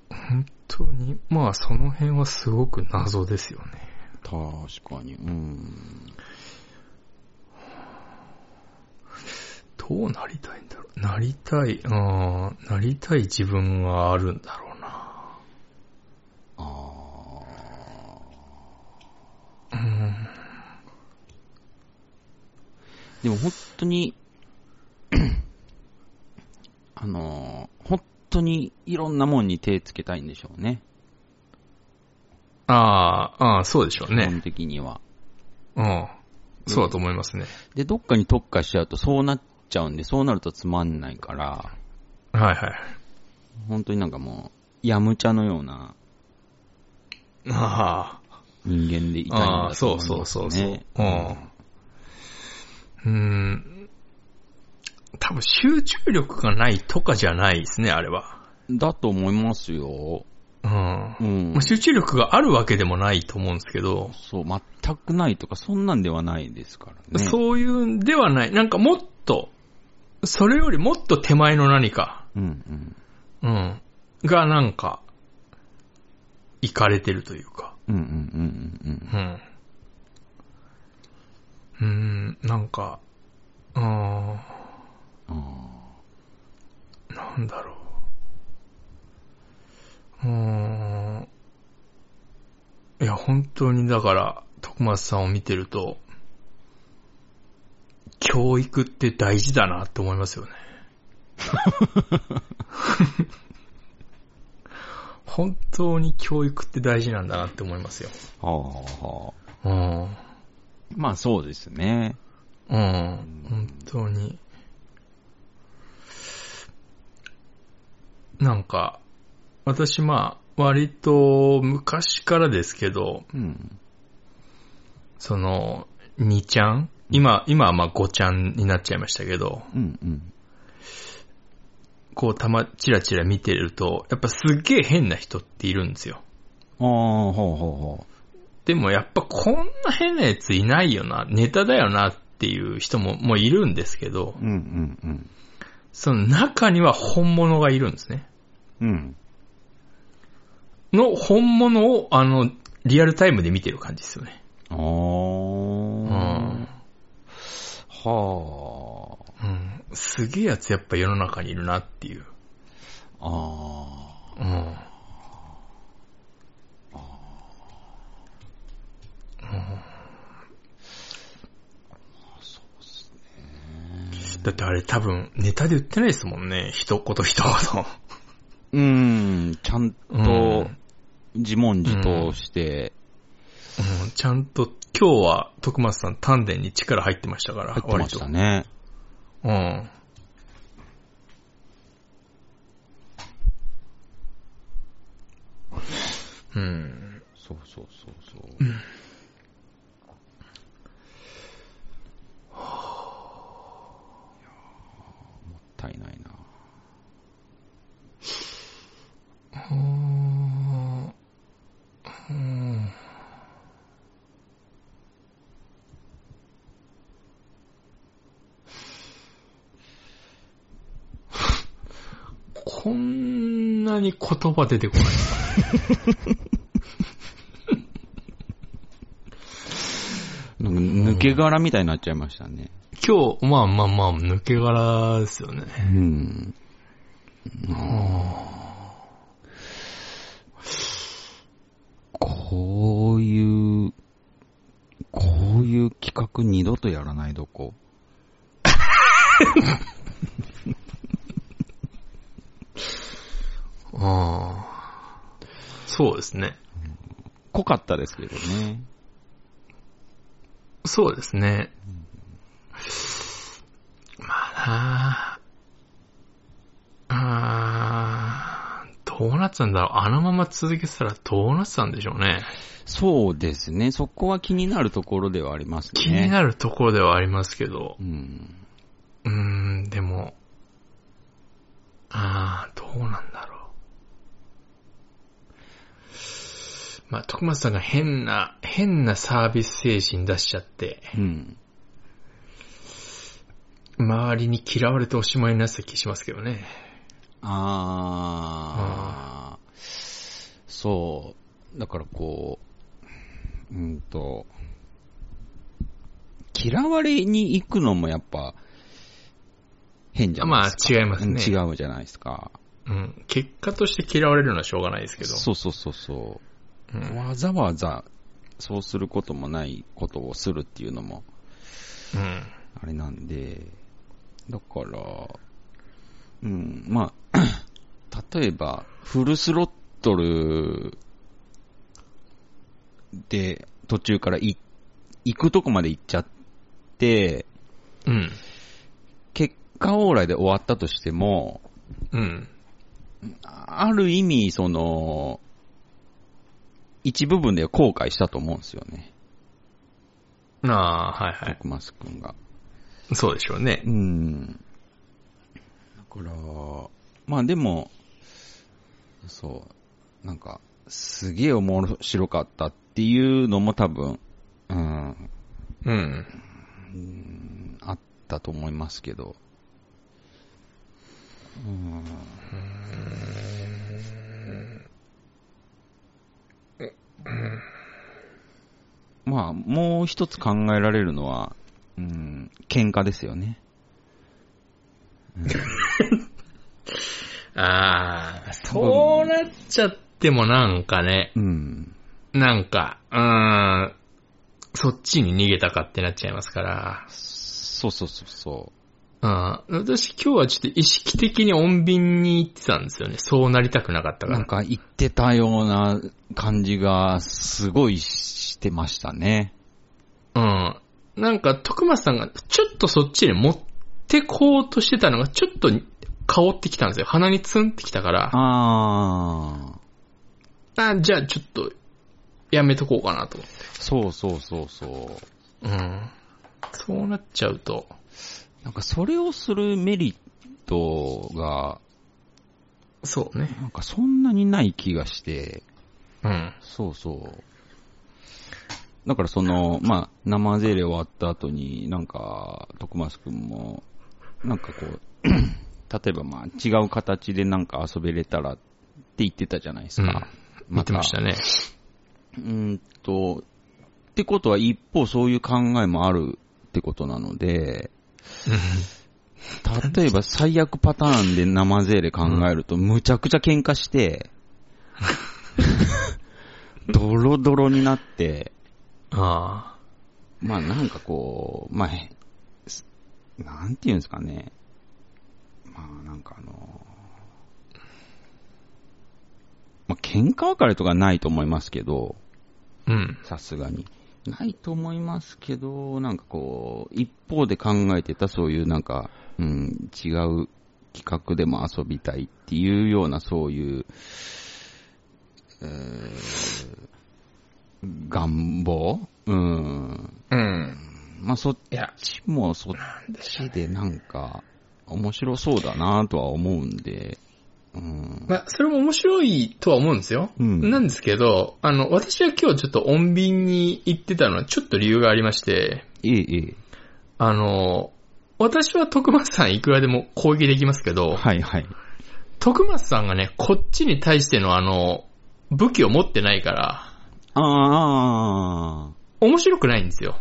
S2: 本当に、まあその辺はすごく謎ですよね。
S1: 確かに。うん。
S2: どうなりたいんだろう。なりたい、ああ、なりたい自分があるんだろうな。
S1: ああ。
S2: うん、
S1: でも本当に、 あのー、本当にいろんなもんに手つけたいんでしょうね。
S2: ああ、ああ、そうでしょう
S1: 基
S2: ね。
S1: 本的には。
S2: うん。そうだと思いますね。
S1: で、どっかに特化しちゃうとそうなっちゃうんで、そうなるとつまんないから、
S2: はいはい。
S1: 本当になんかもう、やむちゃのような
S2: あ
S1: 人間でいたいんだと思います、ね。
S2: あーそうそうそうそううんあ、うん。多分集中力がないとかじゃないですね、あれは。
S1: だと思いますよ。
S2: うん。
S1: うん
S2: まあ。集中力があるわけでもないと思うんですけど、
S1: そう、全くないとか、そんなんではないですからね。う。
S2: そういうんではない。なんかもっと、それよりもっと手前の何か、
S1: うんうん。
S2: うん。がなんか、いかれてるというか。
S1: うんうんうんうんうん。
S2: うん。うん、なんか、うーん、
S1: あ
S2: なんだろう。うーん。いや、本当にだから、徳松さんを見てると、教育って大事だなって思いますよね。本当に教育って大事なんだなって思いますよ。
S1: ーはあはあ。
S2: うん。
S1: まあそうですね。
S2: うん、本当に。なんか、私まあ、割と昔からですけど、
S1: うん。
S2: その、2ちゃん今、今はまあ5ちゃんになっちゃいましたけど、
S1: うんうん。
S2: こうたま、チラチラ見てると、やっぱすっげえ変な人っているんですよ。
S1: ああ、ほうほうほ
S2: でもやっぱこんな変なやついないよな、ネタだよなっていう人ももういるんですけど
S1: う。、うんうんうん。
S2: その中には本物がいるんですね。
S1: うん。
S2: の本物を、あの、リアルタイムで見てる感じですよね。
S1: ああ。
S2: うん。
S1: は
S2: うん。すげえやつやっぱ世の中にいるなっていう。
S1: あ。ああ。
S2: うん。うんだってあれ多分ネタで言ってないですもんね。一言一 言。
S1: うん。ちゃん
S2: うん
S1: と、自問自答して、
S2: うんちゃんと今日は徳松さん丹田に力入ってましたから。
S1: 入ってましたね。
S2: 割と。うん。うん。
S1: そうそうそうそう。いやーもったいないな。
S2: うーんうーんこんなに言葉出てこない。
S1: なんか抜け殻みたいになっちゃいましたね。
S2: 今日、まあまあまあ、抜け殻ですよね。
S1: うん。こういう、こういう企画二度とやらないどこ。
S2: ああ。そうですね。
S1: 濃かったですけどね。
S2: そうですね。まあなあ。うーん。どうなってたんだろう。あのまま続けてたらどうなってたんでしょうね。
S1: そうですね。そこは気になるところではありますね。
S2: 気に
S1: る。
S2: なるところではありますけど。
S1: うん。
S2: うーん、でああ、どうなんだろう。まあ、徳松さんが変な、変なサービス精神出しちゃって、
S1: うん。
S2: 周りに嫌われておしまいになってた気しますけどね。
S1: あー、そう。だからこう、うんと、嫌われに行くのもやっぱ、変じゃないですか。
S2: まあ違いますね
S1: うん違うじゃないですか。
S2: うん。結果として嫌われるのはしょうがないですけど。
S1: そうそうそうそうう。
S2: ん。
S1: わざわざ、そうすることもないことをするっていうのも、
S2: うん。
S1: あれなんで、だから、うん、まあ、 例えば、フルスロットルで途中からい行くとこまで行っちゃって、
S2: うん。
S1: 結果オーライで終わったとしても、
S2: うん。
S1: ある意味、その、一部分で後悔したと思うんですよね。
S2: ああ、はいは
S1: 徳松くんが。
S2: い。そうでしょうね
S1: う。ん。だから、まあでも、そう、なんか、すげえ面白かったっていうのも多分、うん、
S2: うん。
S1: うんあったと思いますけど。うん、まあ、もう一つ考えられるのは、うん、喧嘩ですよね。
S2: ああ、そうなっちゃってもなんかね、
S1: うん。
S2: なんか、うーん、そっちに逃げたかってなっちゃいますから。
S1: そうそうそうそう。
S2: うん、私今日はちょっと意識的に穏便に行ってたんですよね。そうなりたくなかったか
S1: なん
S2: ら。
S1: か言ってたような感じがすごいしてましたね。
S2: うん。なんか、徳松さんがちょっとそっちに持ってこうとしてたのが、ちょっと香ってきたんですよ。鼻にツンってきたから、あ
S1: ああ、
S2: じゃあちょっと、やめとこうかなと思って。
S1: そうそうそうそう。
S2: うん。そうなっちゃうと、
S1: なんかそれをするメリットが、
S2: そうね。
S1: なんかそんなにない気がして、
S2: うん。
S1: そうそう。だからその、まあ、生ゼレ終わった後に、なんか、徳松くんも、なんかこう、 例えばまあ、違う形でなんか遊べれたらって言ってたじゃないですか。
S2: 見てましたね。
S1: うーんと、ってことは一方そういう考えもあるってことなので、例えば最悪パターンで生税で考えると、むちゃくちゃ喧嘩して、ドロドロになって、
S2: あ
S1: まあなんかこう、まあ、へすなんていうんですかね。まあなんかあの、まあ喧嘩別れとかないと思いますけど、
S2: あ。うん。
S1: さすがに。ないと思いますけど、なんかこう、一方で考えてたそういうなんか、うん、違う企画でも遊びたいっていうようなそういう、えー願望うん。
S2: うん。
S1: まあそっ
S2: いや、
S1: ちもそっちでなんか、面白そうだなとは思うんで、うん。
S2: まあ、それも面白いとは思うんですよ。
S1: うん
S2: なんですけど、あの、私は今日ちょっと穏便に行ってたのはちょっと理由がありまして、
S1: ええ、え
S2: あの、私は徳松さんいくらでも攻撃できますけ
S1: え。
S2: ど、
S1: はいはい。
S2: 徳松さんがね、こっちに対してのあの、武器を持ってないから、
S1: ああ、
S2: 面白くないんですよ。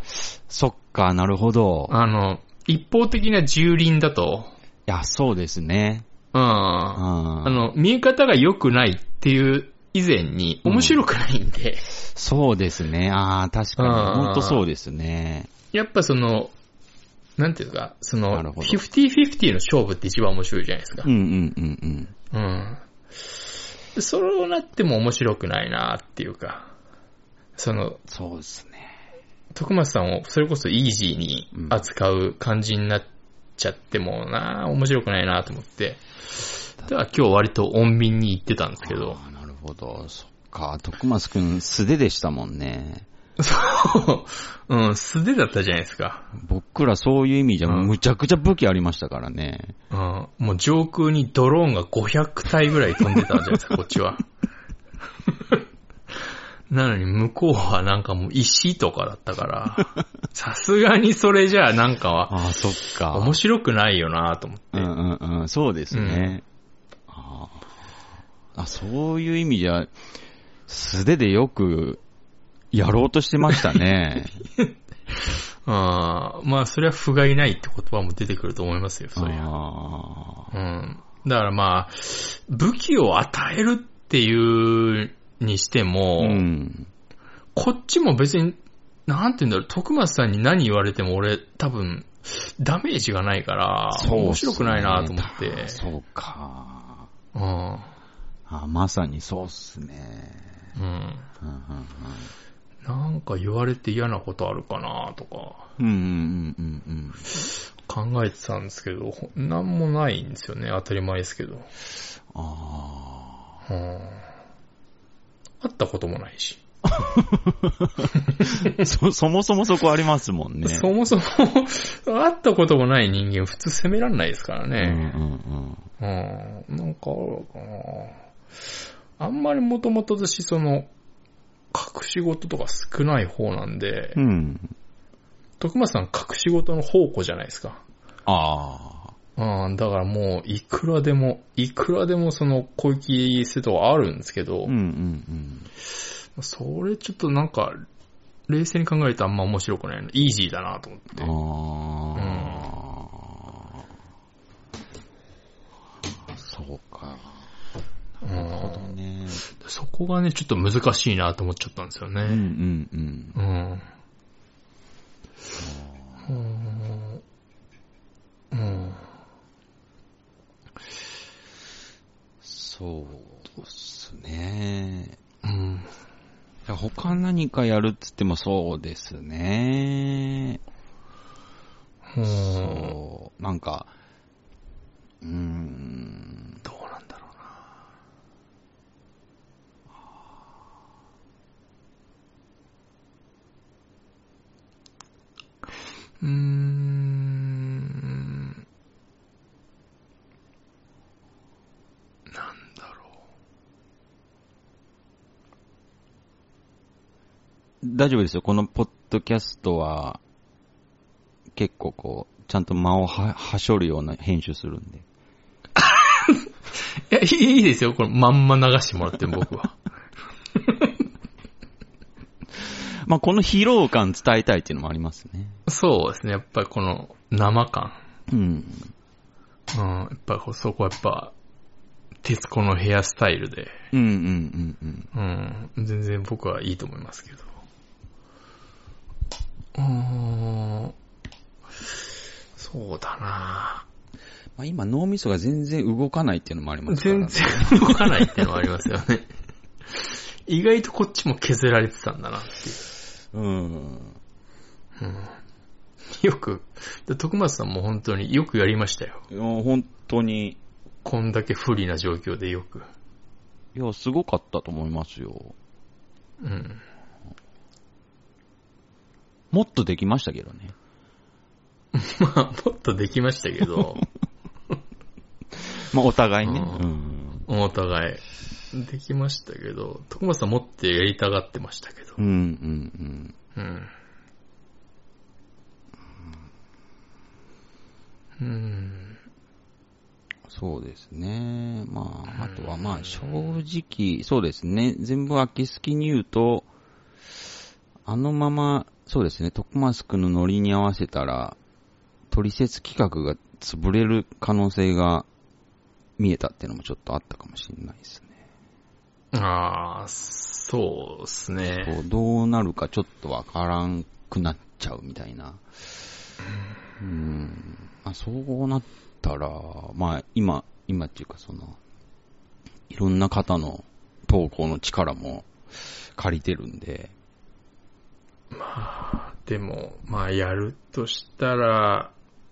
S1: そっか、なるほど。
S2: あの、一方的な蹂躙だと、
S1: いや、そうですね。
S2: うん。
S1: う
S2: あ
S1: ん。
S2: の、見え方が良くないっていう以前に面白くないんで、
S1: そうですね。ああ、確かに。
S2: うん
S1: 本当そうですね。
S2: やっぱその、なんていうか、そ
S1: な
S2: の、
S1: るほど
S2: 50-50の勝負って一番面白いじゃないですか
S1: うん。うんうんうん。
S2: うん。そうなっても面白くないなっていうか、その、
S1: そうですね。
S2: 徳松さんをそれこそイージーに扱う感じになっちゃってもな面白くないなと思って、では今日割と穏 便に行ってたんですけど、
S1: あーなるほど。そっか。徳松くん素手でしたもんね。
S2: そう。うん、素手だったじゃないですか。
S1: 僕らそういう意味じゃ、
S2: うん
S1: むちゃくちゃ武器ありましたからね。
S2: うん。もう上空にドローンが500体ぐらい飛んでたんじゃないですか、こっちは。 なのに向こうはなんかもう石とかだったから、さすがにそれじゃあなんかは
S1: ああ、そっか。
S2: 面白くないよなと思って。
S1: うんうんうん、そうですね。あーあ、そういう意味じゃ、素手でよくやろうとしてましたね。
S2: あまあ、それは不甲斐ないって言葉も出てくると思いますよ、 そういう。
S1: あ
S2: うん。だからまあ、武器を与えるっていうにして
S1: ー
S2: も、
S1: うん。
S2: こっちも別に、なんて言うんだろう、徳松さんに何言われても俺、多分、ダメージがないから、
S1: っすね
S2: 面白くないなと思って。
S1: そうか。
S2: うん。
S1: あまさにそうっすね。
S2: うん。
S1: うんうん
S2: なんか言われて嫌なことあるかなとか、
S1: うん。うんうんうんうんうん。
S2: 考えてたんですけど、ほなんもないんですよね、当たり前ですけど。
S1: あ
S2: うん。会ったこともないし。
S1: あ。そ、そもそもそこありますもんね。
S2: そもそ も、会ったこともない人間、普通責めらんないですから
S1: うん
S2: ね。
S1: うん
S2: うん。なんかあるかなあんまりもともと私、その、隠し事とか少ない方なんで、
S1: うん。うん。
S2: 徳松さん隠し事の宝庫じゃないですか。
S1: ああ。
S2: うん、だからもう、いくらでも、いくらでもその、小池瀬戸はあるんですけど、
S1: うんうん
S2: それちょっとなんか、冷静に考えるとあんま面白くないの。イージーだなと思って。
S1: うん。ああ。そうか。なるほどね。
S2: そこがね、ちょっと難しいなと思っちゃったんですよ
S1: うんう
S2: ね。
S1: んうん。
S2: うん。うん。うん。
S1: そうですね。
S2: うん。
S1: いや他何かやるっつってもそうですね。
S2: うんど
S1: そう。なんか、うーん。
S2: うなんだろうな。うーん。なんだろ
S1: 大丈夫ですよ。このポッドキャストは、結構こう、ちゃんと間をは、はしょるような編集するんで。
S2: う。いや、いいいいですよ。これ、まんま流してもらって、僕は。
S1: まあ、この疲労感伝えたいっていうのもありますね。
S2: そうですね。やっぱりこの生感。
S1: うん。
S2: うん。やっぱそこはやっぱ、徹子のヘアスタイルで。
S1: うんうんうんうん。
S2: うん。全然僕はいいと思いますけど。うーん。そうだな
S1: まあ、今脳みそが全然動かないっていうのもありますから、ね。
S2: 全然動かないっていうのはありますよね。意外とこっちも削られてたんだなっていう。
S1: うん。
S2: よく、で徳松さんも本当によくやりましたよ。
S1: いや本当に、
S2: こんだけ不利な状況でよく。
S1: いや、すごかったと思いますよ。
S2: うん。
S1: もっとできましたけどね。
S2: まあ、もっとできましたけ ど、
S1: まあ、お互いね。
S2: うん
S1: ん。
S2: お互い。できましたけど、徳松さんもっとやりたがってましたけど
S1: うん、う。ん、うん。
S2: うん。うん。
S1: そうですね。まあ、あとはまあ、正直、そうですね。全部空き好きに言うと、あのまま、そうですね、徳マスクのノリに合わせたら、トリセツ企画が潰れる可能性が見えたっていうのもちょっとあったかもしれないですね。
S2: ああ、そうですね。
S1: こうどうなるかちょっとわからんくなっちゃうみたいな。うん。まあ、そうなったら、まあ、今、今っていうかその、いろんな方の投稿の力も借りてるんで、
S2: でも、まあ、やるとしたら、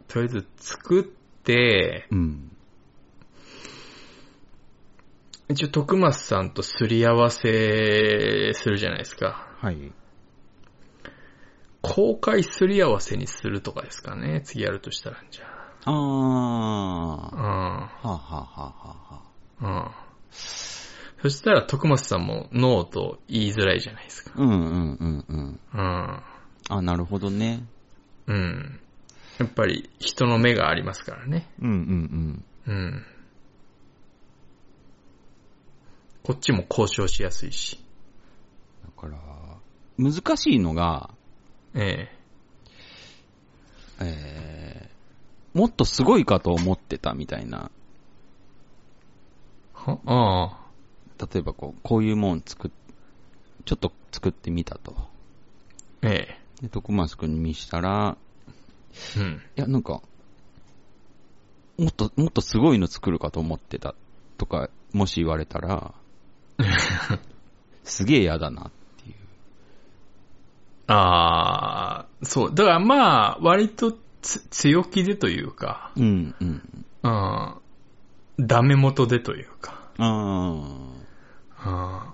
S2: とりあえず作って、
S1: うん。
S2: 一応、徳松さんとすり合わせするじゃないですか。
S1: はい。
S2: 公開すり合わせにするとかですかね。次やるとしたら、じゃ
S1: ああ。は
S2: あ。
S1: あ、はあはあはあ、
S2: うん。うん。そしたら、徳松さんもノーと言いづらいじゃないですか。
S1: うんうんうんうん。
S2: うん。
S1: あ、なるほどね。
S2: うん。やっぱり人の目がありますからね。
S1: うんうん
S2: うん。こっちも交渉しやすいし。
S1: うん。だから、難しいのが、
S2: え
S1: えー、もっとすごいかと思ってたみたいな。
S2: えはああ。
S1: 例えばこう、こういうもん作っ、ちょっと作ってみたと。
S2: え
S1: で、徳松くんに見したら、
S2: え。うん。
S1: いや、なんか、もっと、もっとすごいの作るかと思ってたとか、もし言われたら、 すげえ嫌だなっていう。
S2: ああ、そう。だからまあ、割とつ強気でというか、
S1: うん、うん。
S2: うん。ダメ元でというか、
S1: ああ。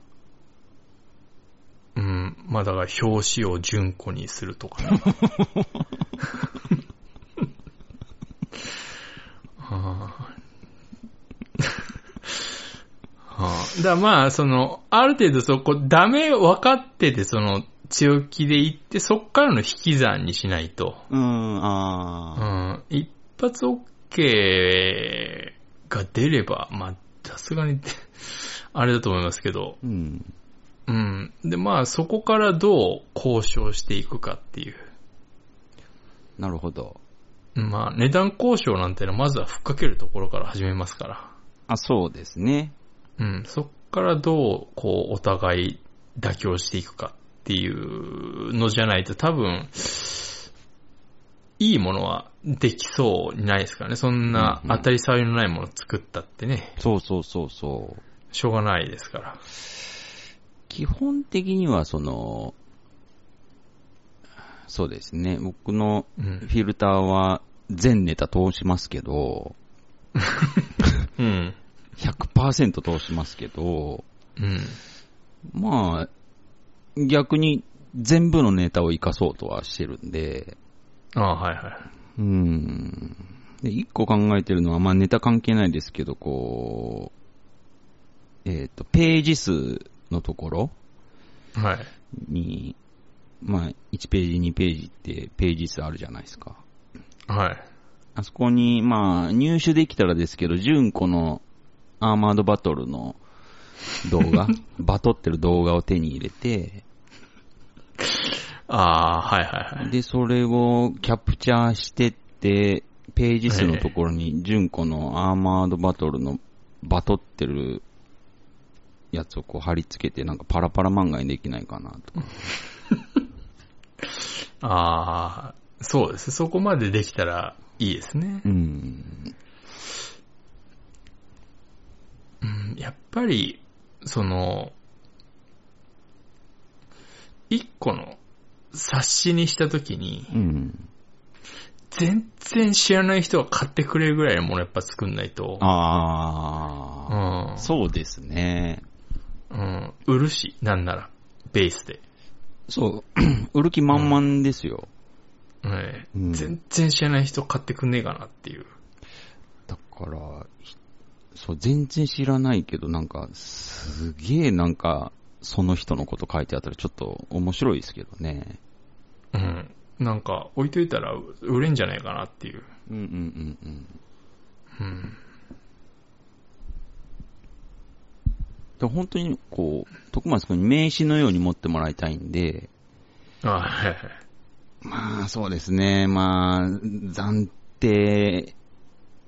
S2: うん。うん。まあだから表紙を純子にするとかね。ああ。はあだからまあ、その、ある程度そこ、ダメ分かってて、その、強気でいって、そっからの引き算にしないと。
S1: うん、
S2: う
S1: ああ。
S2: ん、一発 OK が出れば、まあ、さすがに、あれだと思いますけど、
S1: うん。
S2: うん。で、まあ、そこからどう交渉していくかっていう。
S1: なるほど。
S2: まあ、値段交渉なんてのは、まずはふっかけるところから始めますか
S1: あ、そうですね。
S2: ら。うん。そこからどう、こう、お互い妥協していくかっていうのじゃないと、多分、いいものはできそうにないですからね。そんな
S1: うんう
S2: 当
S1: ん
S2: たり障りのないものを作ったってね。
S1: そうそうそうそう。
S2: しょうがないですから。
S1: 基本的にはその、そうですね。僕の
S2: う
S1: フ
S2: ん。
S1: ィルターは全ネタ通しますけど、
S2: うん。
S1: 100%通しますけど、
S2: うん。
S1: まあ、逆に全部のネタを活かそうとはしてるんで、
S2: ああ、はいはい。
S1: うん。で、一個考えてるのは、まあネタ関係ないですけど、こう、えっ、と、ページ数のところ
S2: はい。
S1: に、まあ1ページ、2ページってページ数あるじゃないですか。
S2: はい。
S1: あそこに、まあ、入手できたらですけど、純子のアーマードバトルの動 画、バトってる動画を手に入れて、
S2: ああ、はいはいはい。
S1: で、それをキャプチャーしてって、ページ数のところに純子のアーマードバトルのバトってるやつをこう貼り付けて、なんかパラパラ漫画にできないかなとか。
S2: ああ、そうです。そこまでできたらいいですね
S1: う。ん。
S2: うん。やっぱり、その、一個の冊子にしたときに、
S1: うん。
S2: 全然知らない人が買ってくれるぐらいのものやっぱ作んないと、う
S1: あ
S2: ん
S1: あ、。そうですね。
S2: うん。売るし、なんなら、ベースで。
S1: そう、 売る気満々ですよ。
S2: はい
S1: うん
S2: 全然知らない人買ってくんねえかなっていう。
S1: だから、ひそう、全然知らないけど、なんか、すげえなんか、その人のこと書いてあったらちょっと面白いですけどね。
S2: うん。なんか、置いといたら売れんじゃないかなっていう。
S1: うんうんうんうん。
S2: うん。
S1: で本当に、こう、徳松くんに名刺のように持ってもらいたいんで、
S2: あはいはい。
S1: まあそうですね、まあ、暫定、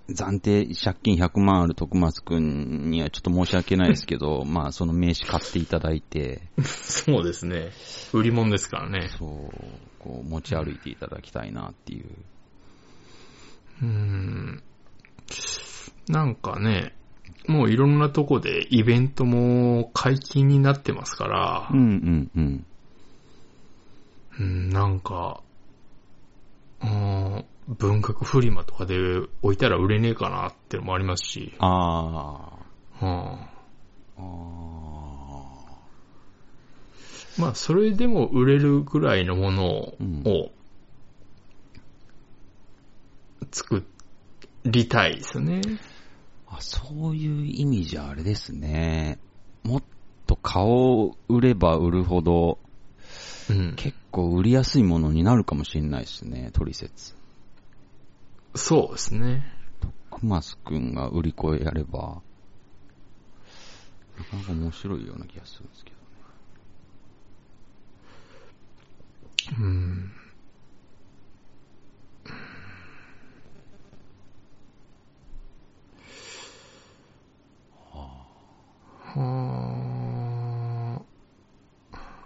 S1: 暫定借金100万ある徳松くんにはちょっと申し訳ないですけ ど、まあその名刺買っていただいて、
S2: そうですね。売り物ですからね。
S1: そう、こう持ち歩いていただきたいなっていう。
S2: うん。なんかね、もういろんなとこでイベントも解禁になってますから
S1: う、んうんうん。
S2: うん、なんか、うん、文学フリマとかで置いたら売れねえかなってのもありますし、
S1: あ
S2: うん。
S1: あ。ああ。
S2: まあ、それでも売れるぐらいのものを
S1: うん
S2: 作りたいですよね。
S1: あ、そういう意味じゃあれですね。もっと顔を売れば売るほど、
S2: うん。
S1: 結構売りやすいものになるかもしれないですね、トリセツ。
S2: そうですね。
S1: クマスくんが売り子やれば、なかなか面白いような気がするんですけど。
S2: うん。はあ。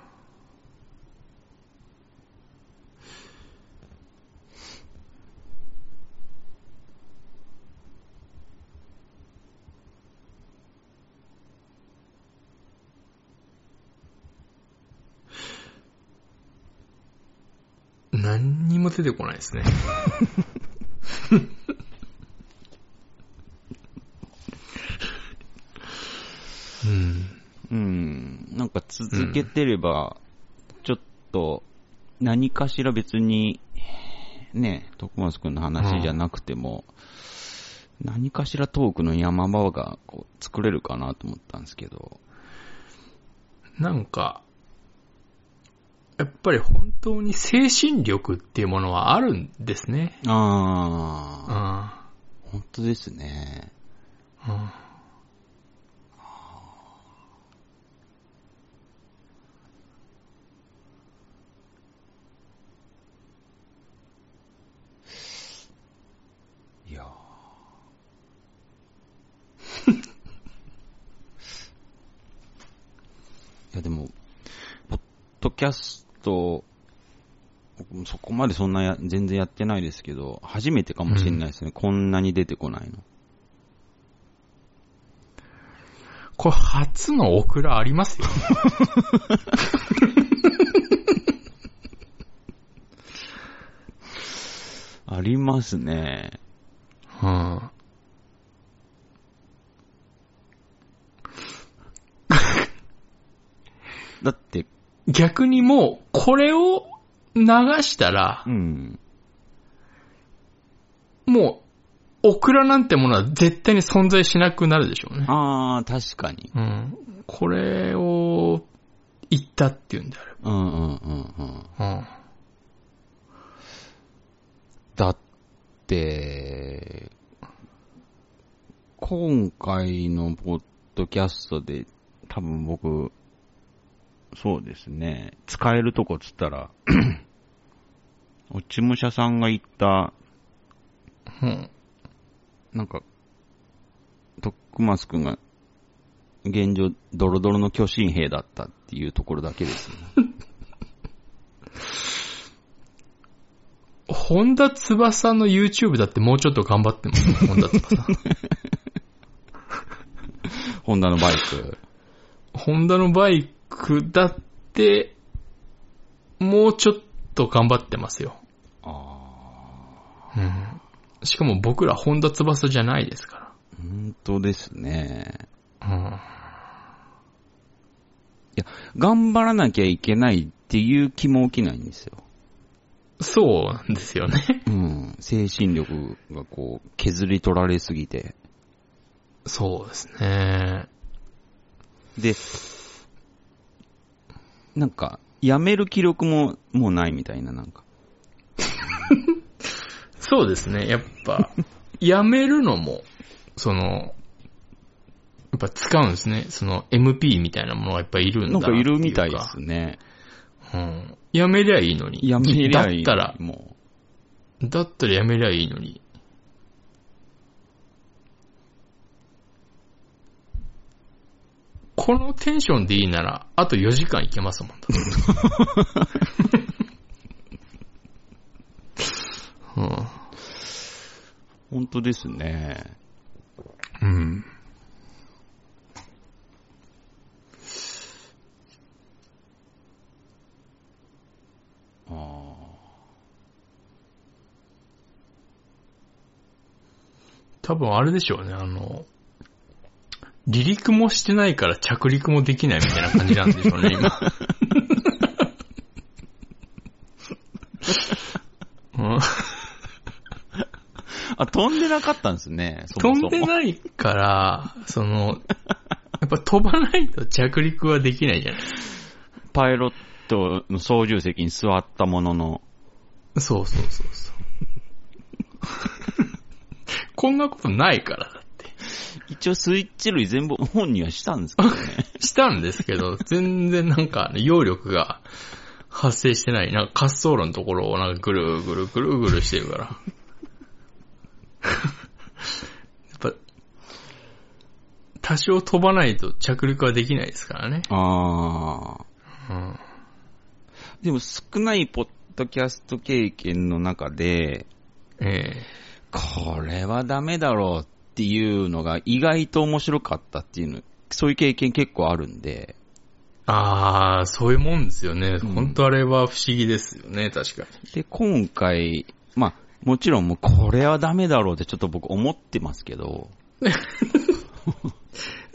S2: 何にも出てこないですね。うん。
S1: うん、なんか続けてれば、ちょっと、何かしら別に、ね、徳松くんの話じゃなくても、何かしらトークの山場がこう作れるかなと思ったんですけど、
S2: なんか、やっぱり本当に精神力っていうものはあるんですね。う
S1: あ
S2: ん。
S1: ー、本当ですね。
S2: うん
S1: いやー いや、でも、ポッドキャスト、僕もそこまでそんなや、全然やってないですけど、初めてかもしれないですね。こんなに出てこないの。
S2: これ初のオクラありますよ。
S1: ありますね。
S2: うん。
S1: だって、
S2: 逆にもう、これを流したら
S1: う、ん。
S2: もう、オクラなんてものは絶対に存在しなくなるでしょうね。
S1: あー、確かに。
S2: うん。これを、言ったっていうんで
S1: うんうんうんうん。
S2: あれば。うん。
S1: だって、今回のポッドキャストで、多分僕、そうですね、使えるとこつったら、 落ち武者さんが言った、
S2: うん。
S1: なんか、トックマスくんが、現状、ドロドロの巨神兵だったっていうところだけですね。
S2: 本田翼の YouTube だってもうちょっと頑張ってます、本田翼。
S1: ホンダのバイク。
S2: 本田のバイクだって、もうちょっと頑張ってますよ。うん。しかも僕ら本田翼じゃないですか
S1: 本当ですね。
S2: ら。うん。
S1: 頑張らなきゃいけないっていう気も起きないんですよ。
S2: そうなんですよね。
S1: うん。精神力がこう、削り取られすぎて。
S2: そうですね。
S1: で、なんか、やめる気力ももうないみたいな、なんか。
S2: そうですね。やっぱ、 やめるのも、その、やっぱ使うんですね。その MP みたいなものがやっぱいるん
S1: な
S2: だ
S1: んかいるみたいで
S2: って
S1: すね。
S2: うかうん。やめりゃいいのに。
S1: やめりゃいい。
S2: だったら、
S1: も
S2: だったらやめりゃいいのに。このテンションでいいなら、あと4時間いけますもん。う
S1: う。本当ですね。
S2: ん。 うん。
S1: あ
S2: 多分あれでしょうね、あの、 離陸もしてないから着陸もできないみたいな感じなんでしょうね、今。
S1: あ、飛んでなかったんですね。そも
S2: 飛
S1: そ
S2: ん
S1: も
S2: でないから、その、やっぱ飛ばないと着陸はできないじゃないです
S1: パイロットの操縦席に座ったものの、
S2: か。そうそうそうそう。こんなことないからだって。
S1: 一応スイッチ類全部オンにはしたんですけどね。
S2: したんですけど、全然なんか、揚力が発生してない。なんか滑走路のところをなんかぐるぐるぐるぐるしてるから。やっぱ、多少飛ばないと着陸はできないですからね。
S1: ああ。
S2: うん。
S1: でも少ないポッドキャスト経験の中で、
S2: え
S1: これはダメだろうっていうのが意外と面白かったっていうの、そういう経験結構あるんで、
S2: えああ、そういうもんですよね。
S1: うん
S2: 本当あれは不思議ですよね、確かに。
S1: で、今回、まあ、もちろんもうこれはダメだろうってちょっと僕思ってますけど、
S2: い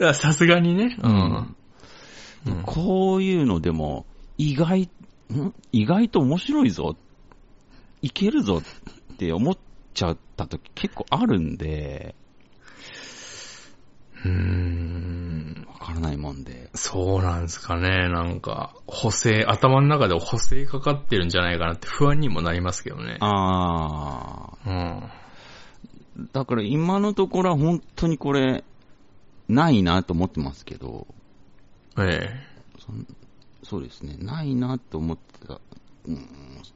S2: やさすがにね。うん。うん
S1: こういうのでも意外、ん意外と面白いぞ、いけるぞって思っちゃった時結構あるんで、
S2: うーん。
S1: わからないもんで。
S2: そうなんですかね。なんか、補正、頭の中で補正かかってるんじゃないかなって不安にもなりますけどね。
S1: ああ。
S2: うん。
S1: だから今のところは本当にこれ、ないなと思ってますけど、
S2: え
S1: そうですね、ないなと思ってた。うん、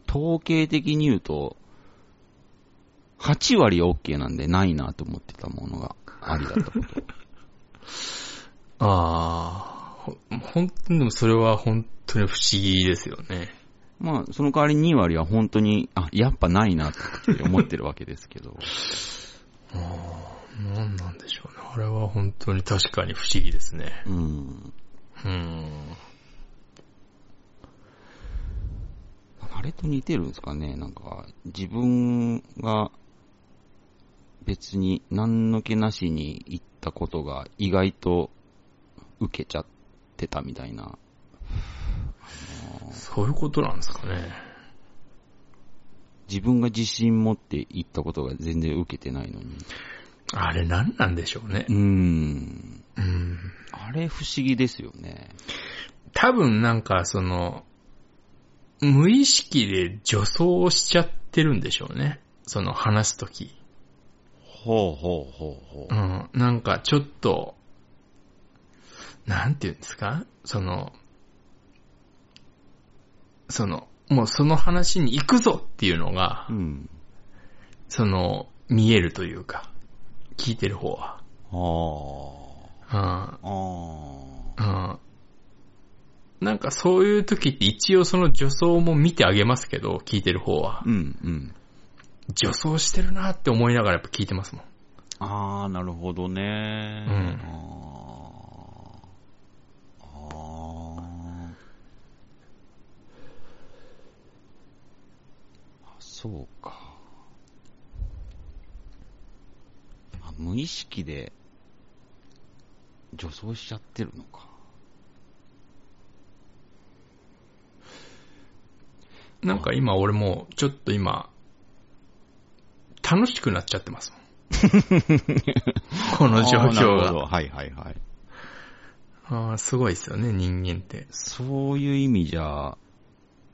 S1: 統計的に言うと、8割 OK なんでないなと思ってたものがありだったこと。
S2: え。ああ、ほ本当にでもそれは本当に不思議ですよね。
S1: まあ、その代わり2割は本当に、あ、やっぱないなって思ってるわけですけど。
S2: なんなんでしょうね。あれは本当に確かに不思議ですね。
S1: うん。
S2: うん。
S1: あれと似てるんですかねなんか、自分が別に何の気なしに行ったことが意外と受けちゃってたみたいな。
S2: そういうことなんですかね。
S1: 自分が自信持って行ったことが全然受けてないのに。
S2: あれ何なんでしょうね
S1: う。ーん。
S2: うん。
S1: あれ不思議ですよね。
S2: 多分なんかその、無意識で助走をしちゃってるんでしょうね。その話すとき。
S1: ほうほうほうほ
S2: うん、なんかちょっと、なんていうんですかその、その、もうその話に行くぞっていうのが、
S1: うん。
S2: その、見えるというか、聞いてる方は。
S1: あ
S2: うん
S1: あ。ああ。
S2: うんなんかそういう時って一応その助走も見てあげますけど、聞いてる方は。
S1: うんうん。
S2: 助走してるなって思いながらやっぱ聞いてますもん。
S1: あー、なるほどね。
S2: うん
S1: あーあーあそうか。あ、無意識で助走しちゃってるのか。
S2: なんか今俺もうちょっと今、楽しくなっちゃってますもん。 この状
S1: あーな
S2: 況
S1: るほど
S2: が。
S1: はいはいはい。
S2: あーすごいですよね、人間って。
S1: そういう意味じゃ、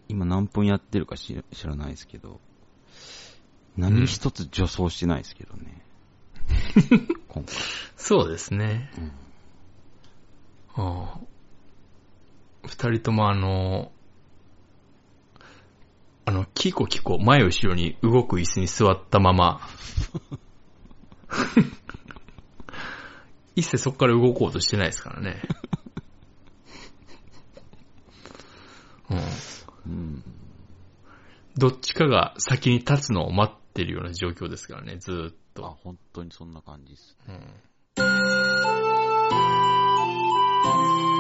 S1: 今何分やってるか知知らないですけど、何一つ助走してないですけどね。今回。
S2: そうですね。
S1: うん
S2: あー二人ともあの、あの、キコキコ、前後ろに動く椅子に座ったまま、 一切そこから動こうとしてないですからね。うん、
S1: うん。
S2: どっちかが先に立つのを待ってるような状況ですからね、ずーっ
S1: あ、
S2: と。
S1: 本当にそんな感じです。
S2: うん